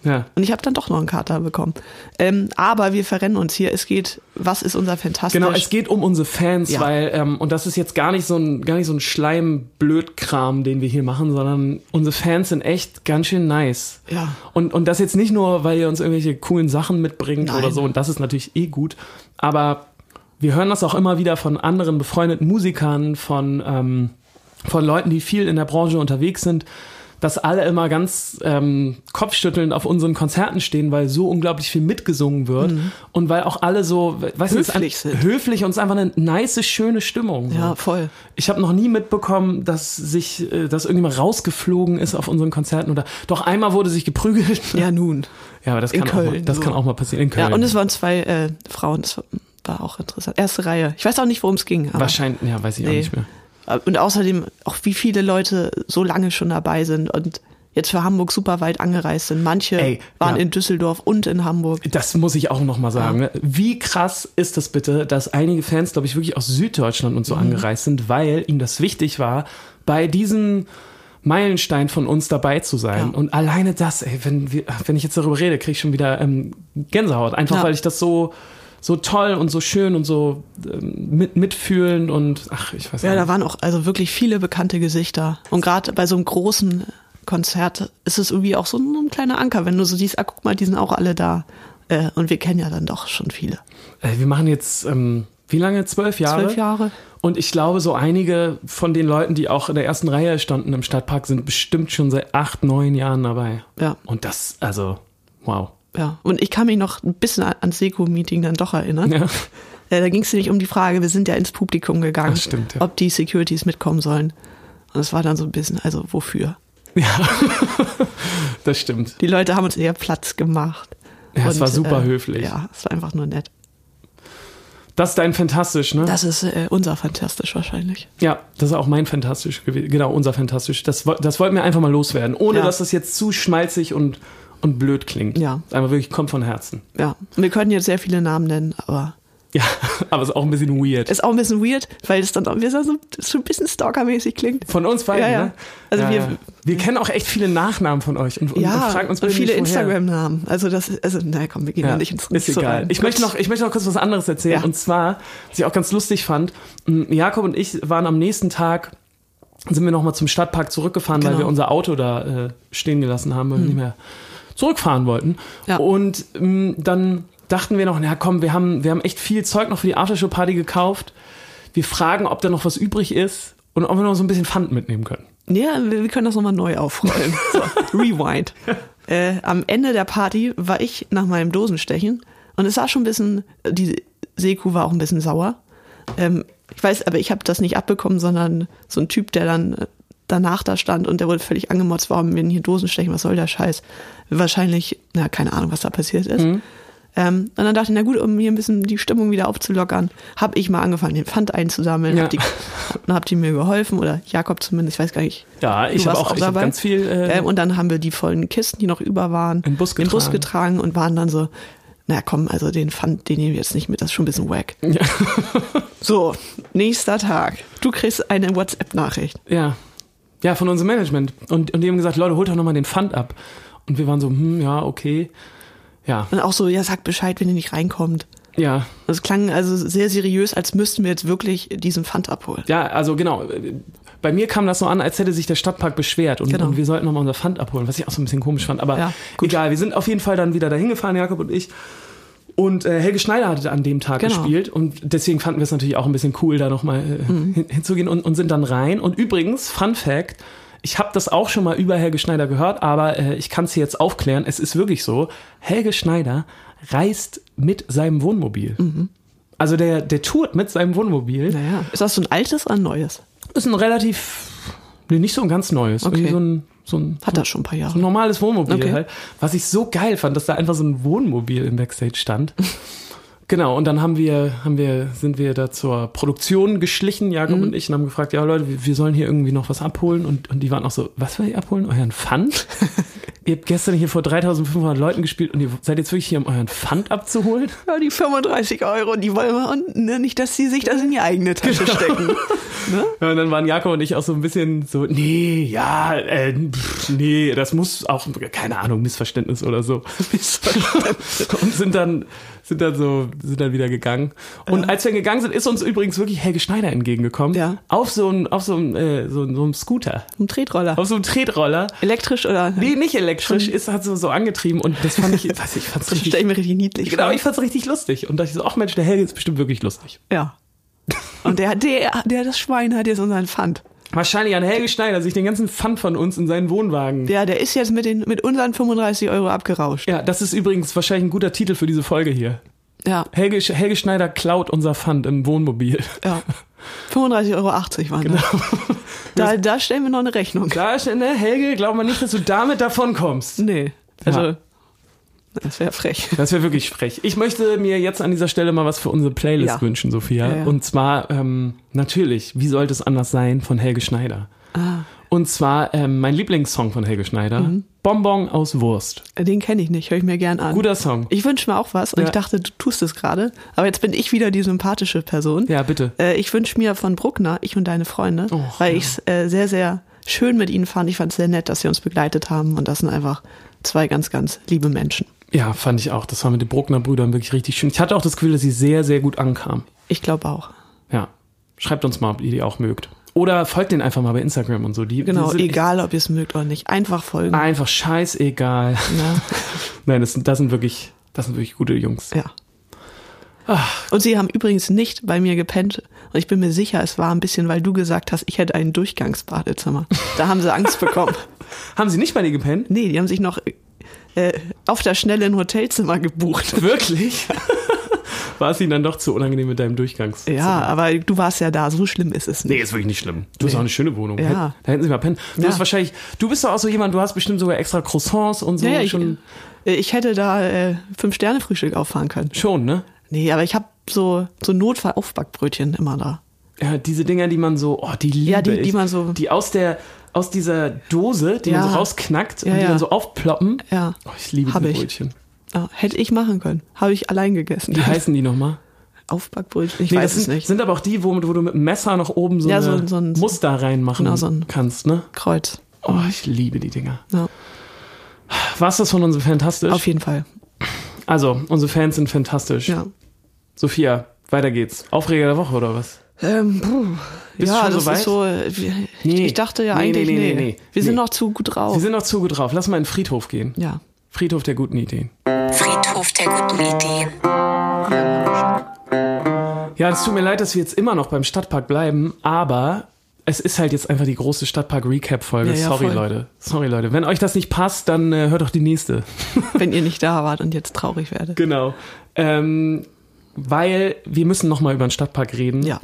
[SPEAKER 2] ja.
[SPEAKER 3] und ich habe dann doch noch einen Kater bekommen. Ähm, aber wir verrennen uns hier. Es geht, was ist unser fantastisch?
[SPEAKER 2] Genau, es geht um unsere Fans,
[SPEAKER 3] Ja.
[SPEAKER 2] weil, ähm, und das ist jetzt gar nicht so ein, gar nicht so ein Schleim-Blödkram, den wir hier machen, sondern unsere Fans sind echt ganz schön nice.
[SPEAKER 3] Ja.
[SPEAKER 2] Und, und das jetzt nicht nur, weil ihr uns irgendwelche coolen Sachen mitbringt
[SPEAKER 3] Nein.
[SPEAKER 2] oder so, und das ist natürlich eh gut, aber wir hören das auch immer wieder von anderen befreundeten Musikern, von, ähm, von Leuten, die viel in der Branche unterwegs sind, dass alle immer ganz ähm, kopfschüttelnd auf unseren Konzerten stehen, weil so unglaublich viel mitgesungen wird und weil auch alle so, weißt du, es ist
[SPEAKER 3] Mhm. Höflich sind.
[SPEAKER 2] höflich und es ist einfach eine nice, schöne Stimmung. so.
[SPEAKER 3] ja, voll.
[SPEAKER 2] Ich habe noch nie mitbekommen, dass sich, äh, dass irgendjemand rausgeflogen ist auf unseren Konzerten oder doch einmal wurde sich geprügelt.
[SPEAKER 3] Ja, nun.
[SPEAKER 2] Ja, aber das,
[SPEAKER 3] In
[SPEAKER 2] kann, auch mal,
[SPEAKER 3] Köln,
[SPEAKER 2] das
[SPEAKER 3] so.
[SPEAKER 2] kann auch mal passieren in Köln.
[SPEAKER 3] Ja, und es waren zwei äh, Frauen. Das war auch interessant. Erste Reihe. Ich weiß auch nicht, worum es ging. Aber
[SPEAKER 2] Wahrscheinlich, ja, weiß ich auch
[SPEAKER 3] Nee.
[SPEAKER 2] nicht mehr.
[SPEAKER 3] Äh, Und außerdem auch, wie viele Leute so lange schon dabei sind und jetzt für Hamburg super weit angereist sind. Manche
[SPEAKER 2] Ey,
[SPEAKER 3] waren
[SPEAKER 2] ja.
[SPEAKER 3] in Düsseldorf und in Hamburg.
[SPEAKER 2] Das muss ich auch nochmal sagen. ne? Wie krass ist das bitte, dass einige Fans, glaube ich, wirklich aus Süddeutschland und so
[SPEAKER 3] Mhm.
[SPEAKER 2] angereist sind, weil ihnen das wichtig war, bei diesem Meilenstein von uns dabei zu sein.
[SPEAKER 3] Ja.
[SPEAKER 2] Und alleine das, ey, wenn, wir, wenn ich jetzt darüber rede, kriege ich schon wieder ähm, Gänsehaut. Einfach
[SPEAKER 3] Ja.
[SPEAKER 2] weil ich das so, so toll und so schön und so ähm, mit, mitfühlend und ach, ich weiß
[SPEAKER 3] Ja,
[SPEAKER 2] nicht.
[SPEAKER 3] da waren auch also wirklich viele bekannte Gesichter. Und gerade bei so einem großen Konzert ist es irgendwie auch so ein, ein kleiner Anker, wenn du so siehst, ah, guck mal, die sind auch alle da. Äh, Und wir kennen ja dann doch schon viele.
[SPEAKER 2] Äh, wir machen jetzt ähm, wie lange? Zwölf Jahre?
[SPEAKER 3] Zwölf Jahre.
[SPEAKER 2] Und ich glaube, so einige von den Leuten, die auch in der ersten Reihe standen im Stadtpark, sind bestimmt schon seit acht, neun Jahren dabei.
[SPEAKER 3] Ja.
[SPEAKER 2] Und das, also, wow.
[SPEAKER 3] Ja, und ich kann mich noch ein bisschen an- ans Seko-Meeting dann doch erinnern.
[SPEAKER 2] Ja.
[SPEAKER 3] Äh, da ging es nämlich um die Frage, wir sind ja ins Publikum gegangen,
[SPEAKER 2] Ach, stimmt, ja.
[SPEAKER 3] ob die Securities mitkommen sollen. Und es war dann so ein bisschen, also wofür?
[SPEAKER 2] Ja, das stimmt.
[SPEAKER 3] Die Leute haben uns eher Platz gemacht. äh,
[SPEAKER 2] Ja, es war super höflich.
[SPEAKER 3] Ja, es war einfach nur nett.
[SPEAKER 2] Das ist dein Fantastisch, ne?
[SPEAKER 3] Das ist äh, unser Fantastisch wahrscheinlich.
[SPEAKER 2] ja, das ist auch mein Fantastisch gewesen. Genau, unser Fantastisch. Das, wo- das wollten wir einfach mal loswerden, ohne
[SPEAKER 3] Ja.
[SPEAKER 2] dass das jetzt zu schmalzig und, und blöd klingt.
[SPEAKER 3] Ja.
[SPEAKER 2] Einfach wirklich, kommt von Herzen.
[SPEAKER 3] Ja, und wir können jetzt sehr viele Namen nennen, aber
[SPEAKER 2] Ja, aber ist auch ein bisschen weird.
[SPEAKER 3] ist auch ein bisschen weird, weil es dann auch wir sagen so, so ein bisschen stalkermäßig klingt.
[SPEAKER 2] Von uns beiden,
[SPEAKER 3] Ja, ja.
[SPEAKER 2] ne?
[SPEAKER 3] Also wir-
[SPEAKER 2] wir kennen auch echt viele Nachnamen von euch und, und, und fragen uns
[SPEAKER 3] und
[SPEAKER 2] bitte
[SPEAKER 3] viele
[SPEAKER 2] nicht, woher.
[SPEAKER 3] Instagram-Namen. Also das, ist- also naja, komm, wir gehen ja,
[SPEAKER 2] Ja,
[SPEAKER 3] nicht ins
[SPEAKER 2] ist
[SPEAKER 3] so
[SPEAKER 2] egal.
[SPEAKER 3] rein.
[SPEAKER 2] Ich möchte, noch, ich möchte noch kurz was anderes erzählen.
[SPEAKER 3] Ja.
[SPEAKER 2] Und zwar, was ich auch ganz lustig fand, m, Jakob und ich waren am nächsten Tag, sind wir nochmal zum Stadtpark zurückgefahren, weil
[SPEAKER 3] Genau. Hm.
[SPEAKER 2] wir unser Auto da äh, stehen gelassen haben, weil wir nicht mehr zurückfahren wollten.
[SPEAKER 3] Ja.
[SPEAKER 2] Und m, dann dachten wir noch, na komm, wir haben, wir haben echt viel Zeug noch für die Aftershow-Party gekauft. Wir fragen, ob da noch was übrig ist und ob wir noch so ein bisschen Pfand mitnehmen können.
[SPEAKER 3] Ja, wir, wir können das nochmal neu aufrollen. So, rewind. Äh, am Ende der Party war ich nach meinem Dosenstechen und es war schon ein bisschen, die Seku war auch ein bisschen sauer. Ähm, ich weiß, aber ich habe das nicht abbekommen, sondern so ein Typ, der dann äh, danach da stand und der wurde völlig angemotzt, warum wir denn hier Dosen stechen, was soll der Scheiß? Wahrscheinlich, na, keine Ahnung, was da passiert ist. Ähm, und dann dachte ich, na gut, um hier ein bisschen die Stimmung wieder aufzulockern, habe ich mal angefangen, den Pfand einzusammeln,
[SPEAKER 2] Ja.
[SPEAKER 3] hab die, und hab die mir geholfen oder Jakob zumindest, ich weiß gar nicht,
[SPEAKER 2] Ja, ich
[SPEAKER 3] Du
[SPEAKER 2] habe
[SPEAKER 3] warst
[SPEAKER 2] auch, ich hab ganz viel. Äh,
[SPEAKER 3] ähm, und dann haben wir die vollen Kisten, die noch über waren,
[SPEAKER 2] In den Bus getragen.
[SPEAKER 3] getragen und waren dann so, na komm, also den Pfand, den nehmen wir jetzt nicht mit, das ist schon ein bisschen wack.
[SPEAKER 2] Ja.
[SPEAKER 3] so, nächster Tag. Du kriegst eine WhatsApp-Nachricht.
[SPEAKER 2] Ja. Ja, von unserem Management. Und, und die haben gesagt, Leute, holt doch nochmal den Pfand ab. Und wir waren so, hm, ja, okay. Ja,
[SPEAKER 3] Und auch so, ja, sagt Bescheid, wenn ihr nicht reinkommt.
[SPEAKER 2] ja,
[SPEAKER 3] Das klang also sehr seriös, als müssten wir jetzt wirklich diesen Pfand abholen.
[SPEAKER 2] ja, also genau. Bei mir kam das so an, als hätte sich der Stadtpark beschwert und,
[SPEAKER 3] Genau.
[SPEAKER 2] und wir sollten nochmal unser Pfand abholen, was ich auch so ein bisschen komisch fand. Aber
[SPEAKER 3] Ja, gut.
[SPEAKER 2] egal, wir sind auf jeden Fall dann wieder dahin gefahren, Jakob und ich. Und äh, Helge Schneider hatte an dem Tag
[SPEAKER 3] Genau.
[SPEAKER 2] gespielt und deswegen fanden wir es natürlich auch ein bisschen cool, da nochmal äh,
[SPEAKER 3] Mhm.
[SPEAKER 2] hin, hinzugehen und, und sind dann rein. Und übrigens, Fun Fact, ich habe das auch schon mal über Helge Schneider gehört, aber äh, ich kann es hier jetzt aufklären. Es ist wirklich so, Helge Schneider reist mit seinem Wohnmobil.
[SPEAKER 3] Mhm.
[SPEAKER 2] Also der, der tourt mit seinem Wohnmobil.
[SPEAKER 3] Naja, ist das so ein altes oder ein neues?
[SPEAKER 2] Ist ein relativ, nee, nicht so ein ganz neues.
[SPEAKER 3] Okay.
[SPEAKER 2] Irgendwie so ein, so ein
[SPEAKER 3] Hat das schon ein paar Jahre.
[SPEAKER 2] ein normales Wohnmobil
[SPEAKER 3] Okay.
[SPEAKER 2] halt. Was ich so geil fand, dass da einfach so ein Wohnmobil im Backstage stand. genau, und dann haben wir, haben wir, sind wir da zur Produktion geschlichen, Jakob
[SPEAKER 3] Mhm.
[SPEAKER 2] und ich, und haben gefragt, ja Leute, wir, wir sollen hier irgendwie noch was abholen. Und, und die waren auch so, was will ihr abholen? Euren Pfand? ihr habt gestern hier vor 3500 Leuten gespielt und ihr seid jetzt wirklich hier, um euren Pfand abzuholen?
[SPEAKER 3] Ja, die 35 Euro, die wollen wir unten, ne? nicht, dass sie sich das in die eigene Tasche stecken.
[SPEAKER 2] Ja, und dann waren Jakob und ich auch so ein bisschen so, nee, ja, äh, pff, nee, das muss auch, keine Ahnung, Missverständnis oder so. und sind dann, sind dann so, sind dann wieder gegangen. Und als wir gegangen sind, ist uns übrigens wirklich Helge Schneider entgegengekommen.
[SPEAKER 3] Ja.
[SPEAKER 2] Auf so einem, auf so einem, äh, so, so einem Scooter.
[SPEAKER 3] Ein Tretroller.
[SPEAKER 2] Auf so einem Tretroller.
[SPEAKER 3] Elektrisch oder?
[SPEAKER 2] Nee, nicht elektrisch, ist hat so, so angetrieben und das fand ich, weiß ich, fand's
[SPEAKER 3] Das stelle
[SPEAKER 2] richtig,
[SPEAKER 3] ich mir richtig niedlich
[SPEAKER 2] genau,
[SPEAKER 3] vor.
[SPEAKER 2] ich fand's richtig lustig. Und dachte ich so, ach Mensch, der Helge ist bestimmt wirklich lustig.
[SPEAKER 3] Ja. Und der, der, der, das Schwein hat jetzt unseren Pfand.
[SPEAKER 2] Wahrscheinlich an Helge Schneider sich den ganzen Pfand von uns in seinen Wohnwagen
[SPEAKER 3] Ja, der ist jetzt mit, den, mit unseren 35 Euro abgerauscht.
[SPEAKER 2] Ja, das ist übrigens wahrscheinlich ein guter Titel für diese Folge hier.
[SPEAKER 3] Ja.
[SPEAKER 2] Helge, Sch- Helge Schneider klaut unser Pfand im Wohnmobil.
[SPEAKER 3] ja. 35,80 Euro waren genau. Da, da stellen wir noch eine Rechnung.
[SPEAKER 2] Da ist, ne, Helge, glaub mal nicht, dass du damit davon kommst.
[SPEAKER 3] Nee. Also,
[SPEAKER 2] Ja.
[SPEAKER 3] das wäre frech.
[SPEAKER 2] Das wäre wirklich frech. Ich möchte mir jetzt an dieser Stelle mal was für unsere Playlist
[SPEAKER 3] Ja.
[SPEAKER 2] wünschen, Sophia.
[SPEAKER 3] Ja, ja.
[SPEAKER 2] Und zwar, ähm, natürlich, wie sollte es anders sein, von Helge Schneider.
[SPEAKER 3] Ah.
[SPEAKER 2] Und zwar ähm, mein Lieblingssong von Helge Schneider,
[SPEAKER 3] Mhm.
[SPEAKER 2] Bonbon aus Wurst.
[SPEAKER 3] Den kenne ich nicht, höre ich mir gern an.
[SPEAKER 2] Guter Song.
[SPEAKER 3] Ich wünsche mir auch was und
[SPEAKER 2] Ja.
[SPEAKER 3] ich dachte, du tust es gerade. Aber jetzt bin ich wieder die sympathische Person.
[SPEAKER 2] Ja, bitte.
[SPEAKER 3] Äh, ich wünsche mir von Bruckner, ich und deine Freunde,
[SPEAKER 2] Och,
[SPEAKER 3] weil
[SPEAKER 2] Oh, ja.
[SPEAKER 3] ich es äh, sehr, sehr schön mit ihnen fand. Ich fand es sehr nett, dass sie uns begleitet haben und das sind einfach zwei ganz, ganz liebe Menschen.
[SPEAKER 2] Ja, fand ich auch. Das war mit den Bruckner Brüdern wirklich richtig schön. Ich hatte auch das Gefühl, dass sie sehr, sehr gut ankam.
[SPEAKER 3] Ich glaube auch.
[SPEAKER 2] Ja. Schreibt uns mal, ob ihr die auch mögt. Oder folgt den einfach mal bei Instagram und so. Die,
[SPEAKER 3] Genau,
[SPEAKER 2] die sind
[SPEAKER 3] egal ob ihr es mögt oder nicht. Einfach folgen.
[SPEAKER 2] Einfach scheißegal.
[SPEAKER 3] Ne?
[SPEAKER 2] Nein, das sind, das sind wirklich, das sind wirklich gute Jungs.
[SPEAKER 3] Ja. Und sie haben übrigens nicht bei mir gepennt. Und ich bin mir sicher, es war ein bisschen, weil du gesagt hast, ich hätte ein Durchgangsbadezimmer. Da haben sie Angst bekommen.
[SPEAKER 2] Haben sie nicht bei dir gepennt?
[SPEAKER 3] Nee, die haben sich noch äh, auf der Schnelle ein Hotelzimmer gebucht.
[SPEAKER 2] Wirklich? War es ihnen dann doch zu unangenehm mit deinem Durchgangs?
[SPEAKER 3] Ja, aber du warst ja da, so schlimm ist es
[SPEAKER 2] Nee,
[SPEAKER 3] nicht.
[SPEAKER 2] ist wirklich nicht schlimm. Du hast auch eine schöne Wohnung.
[SPEAKER 3] Ja.
[SPEAKER 2] Hätt- Da hätten sie mal pennen. Du
[SPEAKER 3] Ja.
[SPEAKER 2] hast wahrscheinlich, du bist doch auch so jemand, du hast bestimmt sogar extra Croissants und so
[SPEAKER 3] ja, ja, ich,
[SPEAKER 2] schon.
[SPEAKER 3] äh, ich hätte da äh, Fünf-Sterne-Frühstück auffahren können.
[SPEAKER 2] Schon, ne?
[SPEAKER 3] Nee, aber ich habe so, so Notfall-Aufbackbrötchen immer da.
[SPEAKER 2] Ja, diese Dinger, die man so, oh, die liebe
[SPEAKER 3] Ja, die- die
[SPEAKER 2] ich.
[SPEAKER 3] man so-
[SPEAKER 2] Die aus der, aus dieser Dose, die man
[SPEAKER 3] Ja.
[SPEAKER 2] so rausknackt und
[SPEAKER 3] Ja,
[SPEAKER 2] die
[SPEAKER 3] ja.
[SPEAKER 2] dann so aufploppen.
[SPEAKER 3] Ja.
[SPEAKER 2] Oh, ich liebe
[SPEAKER 3] Hab
[SPEAKER 2] diese
[SPEAKER 3] ich.
[SPEAKER 2] Brötchen.
[SPEAKER 3] Ja, hätte ich machen können. Habe ich allein gegessen.
[SPEAKER 2] Wie heißen die nochmal?
[SPEAKER 3] Aufbackbrötchen? Ich
[SPEAKER 2] Nee,
[SPEAKER 3] weiß
[SPEAKER 2] das
[SPEAKER 3] es
[SPEAKER 2] sind,
[SPEAKER 3] nicht.
[SPEAKER 2] sind aber auch die, wo, wo du mit dem Messer nach oben so,
[SPEAKER 3] Ja, so-
[SPEAKER 2] eine
[SPEAKER 3] so ein-
[SPEAKER 2] Muster reinmachen
[SPEAKER 3] genau, so ein-
[SPEAKER 2] kannst, ne?
[SPEAKER 3] Kreuz.
[SPEAKER 2] Oh, ich liebe die Dinger.
[SPEAKER 3] Ja,
[SPEAKER 2] Was das von uns fantastisch?
[SPEAKER 3] auf jeden Fall.
[SPEAKER 2] also, unsere Fans sind fantastisch.
[SPEAKER 3] Ja.
[SPEAKER 2] Sophia, weiter geht's. Aufreger der Woche oder was?
[SPEAKER 3] Ähm, puh.
[SPEAKER 2] Bist du
[SPEAKER 3] ja,
[SPEAKER 2] schon
[SPEAKER 3] das
[SPEAKER 2] so weit?
[SPEAKER 3] ist so. äh, wie-
[SPEAKER 2] Nee.
[SPEAKER 3] Ich dachte ja
[SPEAKER 2] Nee,
[SPEAKER 3] eigentlich,
[SPEAKER 2] nee,
[SPEAKER 3] nee,
[SPEAKER 2] nee, nee, nee.
[SPEAKER 3] Wir sind
[SPEAKER 2] Nee.
[SPEAKER 3] noch zu gut drauf.
[SPEAKER 2] Sie sind noch zu gut drauf. Lass mal in den Friedhof gehen.
[SPEAKER 3] ja.
[SPEAKER 2] Friedhof der guten Ideen.
[SPEAKER 1] Friedhof der guten Ideen.
[SPEAKER 2] Ja, es tut mir leid, dass wir jetzt immer noch beim Stadtpark bleiben, aber es ist halt jetzt einfach die große Stadtpark-Recap-Folge.
[SPEAKER 3] Ja, ja,
[SPEAKER 2] Sorry,
[SPEAKER 3] voll.
[SPEAKER 2] Leute. Sorry, Leute. Wenn euch das nicht passt, dann äh, hört doch die nächste.
[SPEAKER 3] Wenn ihr nicht da wart und jetzt traurig werdet.
[SPEAKER 2] Genau. Ähm, weil wir müssen nochmal über den Stadtpark reden.
[SPEAKER 3] Ja.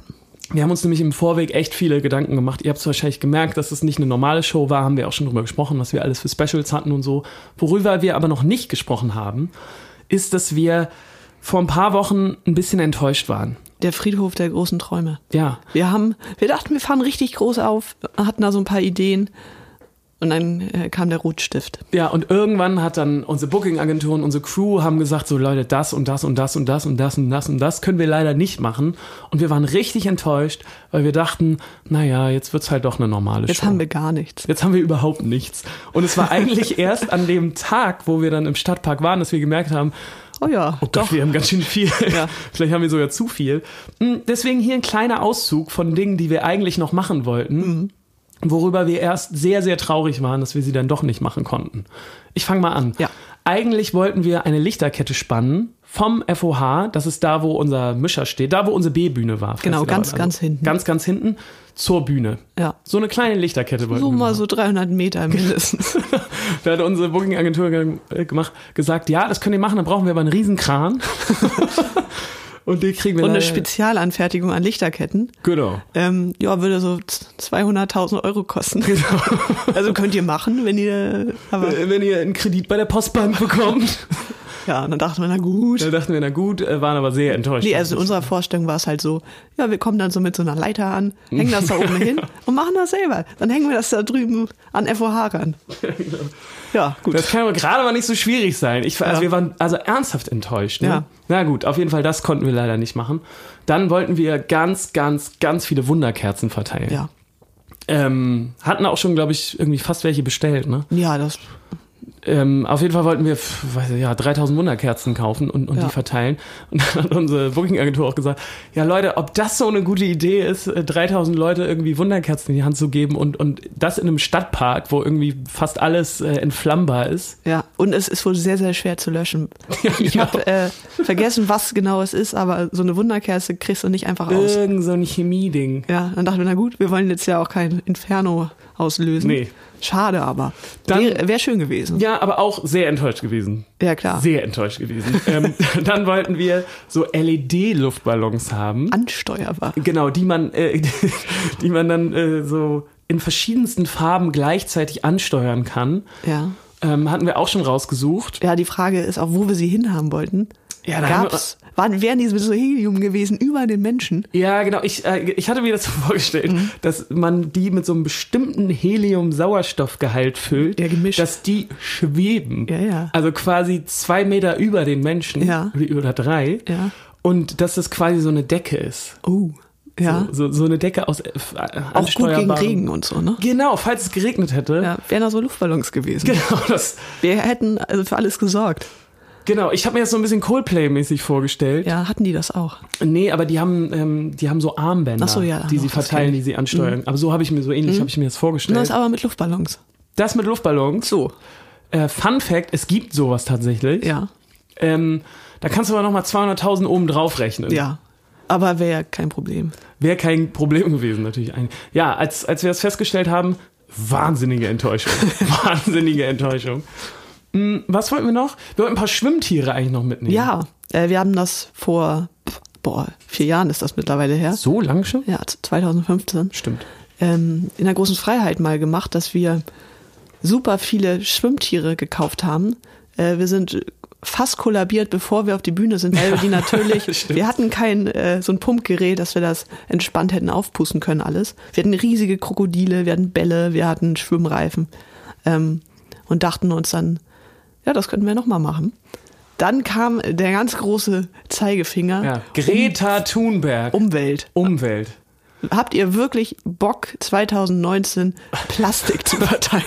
[SPEAKER 2] Wir haben uns nämlich im Vorweg echt viele Gedanken gemacht. Ihr habt es wahrscheinlich gemerkt, dass es nicht eine normale Show war. Haben wir auch schon drüber gesprochen, was wir alles für Specials hatten und so. Worüber wir aber noch nicht gesprochen haben, ist, dass wir vor ein paar Wochen ein bisschen enttäuscht waren.
[SPEAKER 3] Der Friedhof der großen Träume.
[SPEAKER 2] Ja,
[SPEAKER 3] Wir haben, wir dachten, wir fahren richtig groß auf, hatten da so ein paar Ideen. Und dann äh, kam der Rotstift.
[SPEAKER 2] Ja, und irgendwann hat dann unsere Booking-Agentur und unsere Crew haben gesagt, so Leute, das und das und das und das und das und das und das können wir leider nicht machen. Und wir waren richtig enttäuscht, weil wir dachten, naja, jetzt wird's halt doch eine normale
[SPEAKER 3] Jetzt
[SPEAKER 2] Show.
[SPEAKER 3] haben wir gar nichts.
[SPEAKER 2] Jetzt haben wir überhaupt nichts. Und es war eigentlich erst an dem Tag, wo wir dann im Stadtpark waren, dass wir gemerkt haben,
[SPEAKER 3] Oh ja,
[SPEAKER 2] oh Gott, wir haben ganz schön viel.
[SPEAKER 3] Ja.
[SPEAKER 2] Vielleicht haben wir sogar zu viel. Mm, Deswegen hier ein kleiner Auszug von Dingen, die wir eigentlich noch machen wollten,
[SPEAKER 3] Mhm.
[SPEAKER 2] worüber wir erst sehr, sehr traurig waren, dass wir sie dann doch nicht machen konnten. Ich fange mal an.
[SPEAKER 3] Ja.
[SPEAKER 2] Eigentlich wollten wir eine Lichterkette spannen vom FOH, das ist da, wo unser Mischer steht, da, wo unsere B-Bühne war. falls
[SPEAKER 3] Genau,
[SPEAKER 2] ihr da
[SPEAKER 3] ganz,
[SPEAKER 2] wart.
[SPEAKER 3] ganz hinten.
[SPEAKER 2] Ganz, ganz hinten zur Bühne.
[SPEAKER 3] Ja.
[SPEAKER 2] So eine kleine Lichterkette wollten
[SPEAKER 3] so
[SPEAKER 2] wir
[SPEAKER 3] mal so 300 Meter mindestens.
[SPEAKER 2] da hat unsere Booking-Agentur ge- äh, gemacht, gesagt, ja, das könnt ihr machen, dann brauchen wir aber einen riesen Kran. und den kriegen wir
[SPEAKER 3] Und eine
[SPEAKER 2] leider-
[SPEAKER 3] Spezialanfertigung an Lichterketten.
[SPEAKER 2] Genau.
[SPEAKER 3] Ähm, ja, würde so z- 200.000 Euro kosten. Also könnt ihr machen, wenn ihr. Aber,
[SPEAKER 2] Äh, Genau. Wenn ihr einen Kredit bei der Postbank bekommt.
[SPEAKER 3] ja, und dann dachte man, na gut.
[SPEAKER 2] da dachten wir, na gut, äh, waren aber sehr enttäuscht.
[SPEAKER 3] Nee, also in unserer Vorstellung war es halt so, ja, wir kommen dann so mit so einer Leiter an, hängen das da oben hin und machen das selber. Dann hängen wir das da drüben an FOH ran. Ja, gut.
[SPEAKER 2] das kann aber gerade mal nicht so schwierig sein. Ich, also
[SPEAKER 3] Ja.
[SPEAKER 2] wir waren also ernsthaft enttäuscht. Ne?
[SPEAKER 3] Ja.
[SPEAKER 2] Na gut, auf jeden Fall, das konnten wir leider nicht machen. Dann wollten wir ganz, ganz, ganz viele Wunderkerzen verteilen.
[SPEAKER 3] ja.
[SPEAKER 2] Ähm, hatten auch schon, glaube ich, irgendwie fast welche bestellt, ne?
[SPEAKER 3] ja, das
[SPEAKER 2] Ähm, auf jeden Fall wollten wir pf, weiß ich, ja, 3000 Wunderkerzen kaufen und, und
[SPEAKER 3] Ja.
[SPEAKER 2] die verteilen. Und dann hat unsere Booking-Agentur auch gesagt, ja Leute, ob das so eine gute Idee ist, äh, 3000 Leute irgendwie Wunderkerzen in die Hand zu geben und, und das in einem Stadtpark, wo irgendwie fast alles äh, entflammbar ist.
[SPEAKER 3] Ja, und es ist wohl sehr, sehr schwer zu löschen. Ich
[SPEAKER 2] genau.
[SPEAKER 3] habe äh, vergessen, was genau es ist, aber so eine Wunderkerze kriegst du nicht einfach aus.
[SPEAKER 2] Irgend so ein Chemie-Ding.
[SPEAKER 3] Ja, dann dachten wir, na gut, wir wollen jetzt ja auch kein Inferno auslösen.
[SPEAKER 2] Nee.
[SPEAKER 3] Schade aber.
[SPEAKER 2] Dann-
[SPEAKER 3] Wäre wär schön gewesen.
[SPEAKER 2] Ja, aber auch sehr enttäuscht gewesen.
[SPEAKER 3] Ja, klar.
[SPEAKER 2] Sehr enttäuscht gewesen. ähm, dann wollten wir so LED-Luftballons haben.
[SPEAKER 3] Ansteuerbar.
[SPEAKER 2] Genau, die man, äh, die man dann äh, so in verschiedensten Farben gleichzeitig ansteuern kann.
[SPEAKER 3] Ja.
[SPEAKER 2] Ähm, hatten wir auch schon rausgesucht.
[SPEAKER 3] Ja, die Frage ist auch, wo wir sie hinhaben wollten.
[SPEAKER 2] Ja, da haben
[SPEAKER 3] Gab's, waren, wären die mit so Helium gewesen über den Menschen?
[SPEAKER 2] Ja, genau. Ich, äh, ich hatte mir das so vorgestellt,
[SPEAKER 3] Mhm.
[SPEAKER 2] dass man die mit so einem bestimmten Helium-Sauerstoffgehalt füllt,
[SPEAKER 3] Ja, gemischt.
[SPEAKER 2] dass die schweben.
[SPEAKER 3] Ja, ja.
[SPEAKER 2] Also quasi zwei Meter über den Menschen
[SPEAKER 3] Ja.
[SPEAKER 2] oder oder drei.
[SPEAKER 3] Ja.
[SPEAKER 2] Und dass das quasi so eine Decke ist.
[SPEAKER 3] Oh, ja.
[SPEAKER 2] So, so, so eine Decke aus äh,
[SPEAKER 3] auch gut gegen
[SPEAKER 2] ansteuerbaren-
[SPEAKER 3] Regen und so, ne?
[SPEAKER 2] Genau, falls es geregnet hätte.
[SPEAKER 3] Ja, wären da so Luftballons gewesen.
[SPEAKER 2] Genau, das,
[SPEAKER 3] Wir hätten also für alles gesorgt.
[SPEAKER 2] Genau, ich habe mir das so ein bisschen Coldplay-mäßig vorgestellt.
[SPEAKER 3] Ja, hatten die das auch.
[SPEAKER 2] Nee, aber die haben, ähm, die haben so Armbänder,
[SPEAKER 3] Ach so, ja,
[SPEAKER 2] die sie
[SPEAKER 3] noch, Mhm. das
[SPEAKER 2] verteilen,
[SPEAKER 3] kenn
[SPEAKER 2] die sie ansteuern. Aber so habe ich mir so ähnlich habe ich mir das vorgestellt.
[SPEAKER 3] Das
[SPEAKER 2] Das,
[SPEAKER 3] aber mit Luftballons.
[SPEAKER 2] mit Luftballons.
[SPEAKER 3] So.
[SPEAKER 2] Äh, Fun Fact: Es gibt sowas tatsächlich.
[SPEAKER 3] Ja.
[SPEAKER 2] Ähm, Da kannst du aber nochmal 200.000 oben drauf rechnen.
[SPEAKER 3] Ja. Aber wäre ja kein Problem.
[SPEAKER 2] Wäre kein Problem gewesen, natürlich. Ein- Ja, als, als wir das festgestellt haben, wahnsinnige Enttäuschung. wahnsinnige Enttäuschung. Hm, Was wollten wir noch? Wir wollten ein paar Schwimmtiere eigentlich noch mitnehmen.
[SPEAKER 3] Ja, äh, wir haben das vor, pff, boah, vier Jahren ist das mittlerweile her.
[SPEAKER 2] So lang schon?
[SPEAKER 3] Ja, 2015.
[SPEAKER 2] Stimmt.
[SPEAKER 3] ähm, in der großen Freiheit mal gemacht, dass wir super viele Schwimmtiere gekauft haben. Äh, wir sind fast kollabiert, bevor wir auf die Bühne sind, weil wir die natürlich,
[SPEAKER 2] Stimmt.
[SPEAKER 3] wir hatten kein äh, so ein Pumpgerät, dass wir das entspannt hätten aufpusten können alles. Wir hatten riesige Krokodile, wir hatten Bälle, wir hatten Schwimmreifen ähm, und dachten uns dann, ja, das könnten wir nochmal machen. Dann kam der ganz große Zeigefinger.
[SPEAKER 2] Ja. Greta Thunberg.
[SPEAKER 3] Um- Umwelt.
[SPEAKER 2] Umwelt.
[SPEAKER 3] Habt ihr wirklich Bock, 2019 Plastik zu verteilen?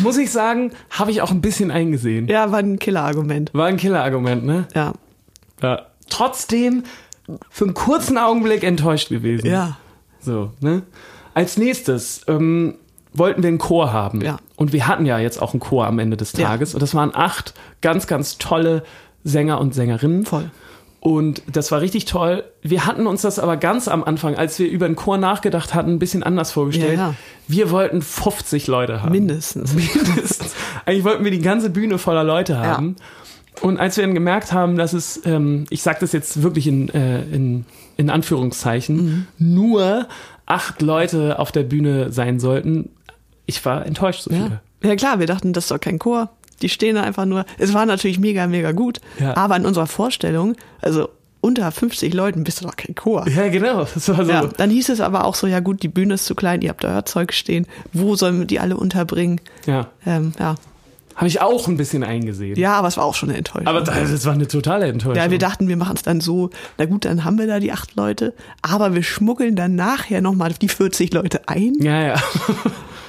[SPEAKER 2] Muss ich sagen, habe ich auch ein bisschen eingesehen.
[SPEAKER 3] Ja, war ein Killerargument.
[SPEAKER 2] War ein Killerargument, ne?
[SPEAKER 3] Ja.
[SPEAKER 2] Ja. Trotzdem für einen kurzen Augenblick enttäuscht gewesen.
[SPEAKER 3] Ja.
[SPEAKER 2] So, ne? Als nächstes ähm, wollten wir einen Chor haben.
[SPEAKER 3] Ja.
[SPEAKER 2] Und wir hatten ja jetzt auch einen Chor am Ende des
[SPEAKER 3] Ja.
[SPEAKER 2] Tages. Und das waren acht ganz, ganz tolle Sänger und Sängerinnen.
[SPEAKER 3] Voll.
[SPEAKER 2] Und das war richtig toll. Wir hatten uns das aber ganz am Anfang, als wir über den Chor nachgedacht hatten, ein bisschen anders vorgestellt.
[SPEAKER 3] Ja, ja.
[SPEAKER 2] Wir wollten 50 Leute haben.
[SPEAKER 3] Mindestens.
[SPEAKER 2] Mindestens. Eigentlich wollten wir die ganze Bühne voller Leute haben. Und als wir dann gemerkt haben, dass es, ähm, ich sage das jetzt wirklich in, äh, in, in
[SPEAKER 3] Mhm.
[SPEAKER 2] Anführungszeichen, nur acht Leute auf der Bühne sein sollten, ich war enttäuscht so
[SPEAKER 3] Ja.
[SPEAKER 2] viele.
[SPEAKER 3] ja, klar, wir dachten, das ist doch kein Chor. Die stehen da einfach nur. Es war natürlich mega, mega gut.
[SPEAKER 2] Ja.
[SPEAKER 3] Aber in unserer Vorstellung, also unter 50 Leuten bist du doch kein Chor.
[SPEAKER 2] Ja, genau. Das war so.
[SPEAKER 3] Ja, dann hieß es aber auch so, ja gut, die Bühne ist zu klein, ihr habt euer Zeug stehen. Wo sollen wir die alle unterbringen?
[SPEAKER 2] Ja.
[SPEAKER 3] Ähm, ja.
[SPEAKER 2] Habe ich auch ein bisschen eingesehen.
[SPEAKER 3] ja, aber es war auch schon eine Enttäuschung.
[SPEAKER 2] Aber das, das war eine totale Enttäuschung.
[SPEAKER 3] Ja, wir dachten, wir machen es dann so, na gut, dann haben wir da die acht Leute, aber wir schmuggeln dann nachher nochmal die 40 Leute ein.
[SPEAKER 2] Ja, ja.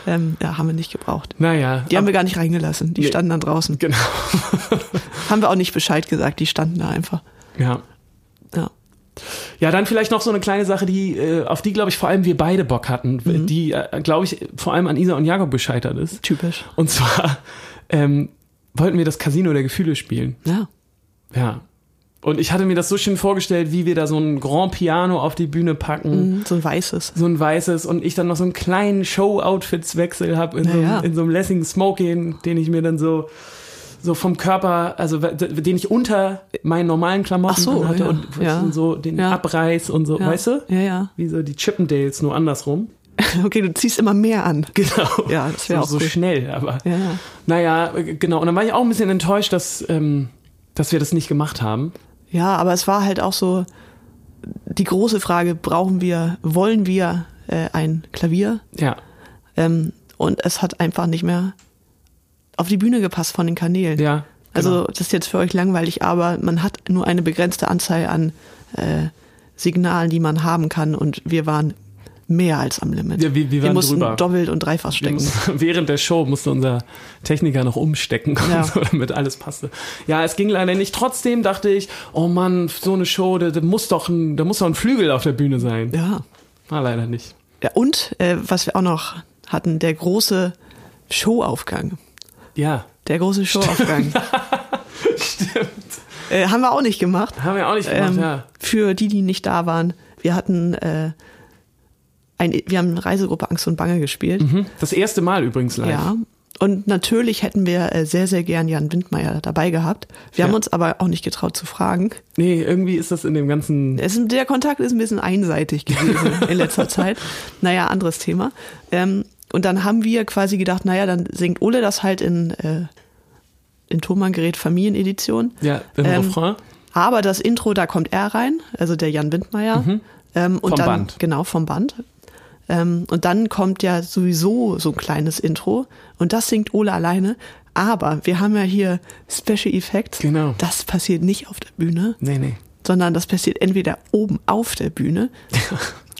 [SPEAKER 3] Ähm, ja, haben wir nicht gebraucht.
[SPEAKER 2] Naja.
[SPEAKER 3] Die haben wir gar nicht reingelassen, die
[SPEAKER 2] Nee.
[SPEAKER 3] standen dann draußen.
[SPEAKER 2] Genau.
[SPEAKER 3] Haben wir auch nicht Bescheid gesagt, die standen da einfach.
[SPEAKER 2] Ja.
[SPEAKER 3] Ja,
[SPEAKER 2] Ja, dann vielleicht noch so eine kleine Sache, die, äh, auf die, glaube ich, vor allem wir beide Bock hatten,
[SPEAKER 3] Mhm.
[SPEAKER 2] die, äh, glaube ich, vor allem an Isa und Jakob gescheitert ist.
[SPEAKER 3] typisch.
[SPEAKER 2] Und zwar ähm, wollten wir das Casino der Gefühle spielen.
[SPEAKER 3] Ja,
[SPEAKER 2] Ja. Und ich hatte mir das so schön vorgestellt, wie wir da so ein Grand Piano auf die Bühne packen.
[SPEAKER 3] Mhm, so ein weißes.
[SPEAKER 2] So ein weißes und ich dann noch so einen kleinen Show-Outfits-Wechsel habe in, so
[SPEAKER 3] Naja.
[SPEAKER 2] einem- in so einem lässigen Smoking, den ich mir dann so, so vom Körper, also we- den ich unter meinen normalen Klamotten
[SPEAKER 3] Ach so,
[SPEAKER 2] hatte
[SPEAKER 3] ja.
[SPEAKER 2] und
[SPEAKER 3] Ja.
[SPEAKER 2] so den
[SPEAKER 3] Ja.
[SPEAKER 2] abreiß und so,
[SPEAKER 3] Ja.
[SPEAKER 2] weißt du?
[SPEAKER 3] Ja, ja.
[SPEAKER 2] Wie so die Chippendales, nur andersrum.
[SPEAKER 3] Okay, du ziehst immer mehr an.
[SPEAKER 2] Genau.
[SPEAKER 3] Ja, das wäre
[SPEAKER 2] so,
[SPEAKER 3] auch
[SPEAKER 2] so
[SPEAKER 3] cool.
[SPEAKER 2] schnell, aber.
[SPEAKER 3] Ja, ja.
[SPEAKER 2] Naja, äh, genau. Und dann war ich auch ein bisschen enttäuscht, dass, ähm, dass wir das nicht gemacht haben.
[SPEAKER 3] Ja, aber es war halt auch so die große Frage, brauchen wir, wollen wir äh, ein Klavier?
[SPEAKER 2] Ja.
[SPEAKER 3] Ähm, und es hat einfach nicht mehr auf die Bühne gepasst von den Kanälen.
[SPEAKER 2] Ja. genau.
[SPEAKER 3] Also das ist jetzt für euch langweilig, aber man hat nur eine begrenzte Anzahl an äh, Signalen, die man haben kann. Und wir waren mehr als am Limit.
[SPEAKER 2] Ja, wir- wir waren
[SPEAKER 3] mussten
[SPEAKER 2] drüber.
[SPEAKER 3] doppelt und dreifach
[SPEAKER 2] Wir
[SPEAKER 3] stecken.
[SPEAKER 2] mussten- Während der Show musste unser Techniker noch umstecken,
[SPEAKER 3] Ja.
[SPEAKER 2] so, damit alles passte. Ja, es ging leider nicht. Trotzdem dachte ich, oh Mann, so eine Show, da, da, muss, doch ein, da muss doch ein Flügel auf der Bühne sein.
[SPEAKER 3] Ja.
[SPEAKER 2] War leider nicht.
[SPEAKER 3] ja. Und äh, was wir auch noch hatten, der große Showaufgang.
[SPEAKER 2] Ja,
[SPEAKER 3] Der große Showaufgang.
[SPEAKER 2] stimmt.
[SPEAKER 3] äh, haben wir auch nicht gemacht.
[SPEAKER 2] Haben wir auch nicht gemacht,
[SPEAKER 3] ähm,
[SPEAKER 2] ja.
[SPEAKER 3] Für die, die nicht da waren, wir hatten äh, ein, wir haben eine Reisegruppe Angst und Bange gespielt.
[SPEAKER 2] Hm? Das erste Mal übrigens live.
[SPEAKER 3] Ja. Und natürlich hätten wir äh, sehr, sehr gern Jan Windmeier dabei gehabt. Wir
[SPEAKER 2] Ja.
[SPEAKER 3] haben uns aber auch nicht getraut zu fragen.
[SPEAKER 2] Nee, irgendwie ist das in dem ganzen
[SPEAKER 3] Es, ist- der Kontakt ist ein bisschen einseitig gewesen in letzter Zeit. Naja, anderes Thema. Ähm, und dann haben wir quasi gedacht, naja, dann singt Ole das halt in, äh, in Thomann-Gerät Familienedition.
[SPEAKER 2] ja, im
[SPEAKER 3] Ähm,
[SPEAKER 2] Refrain.
[SPEAKER 3] Aber das Intro, da kommt er rein, also der Jan Windmeier. Ähm, und
[SPEAKER 2] Mhm. Vom
[SPEAKER 3] dann,
[SPEAKER 2] Band.
[SPEAKER 3] Genau, vom Band. Ähm, und dann kommt ja sowieso so ein kleines Intro und das singt Ole alleine. Aber wir haben ja hier Special Effects.
[SPEAKER 2] Genau.
[SPEAKER 3] Das passiert nicht auf der Bühne,
[SPEAKER 2] Nee, nee.
[SPEAKER 3] sondern das passiert entweder oben auf der Bühne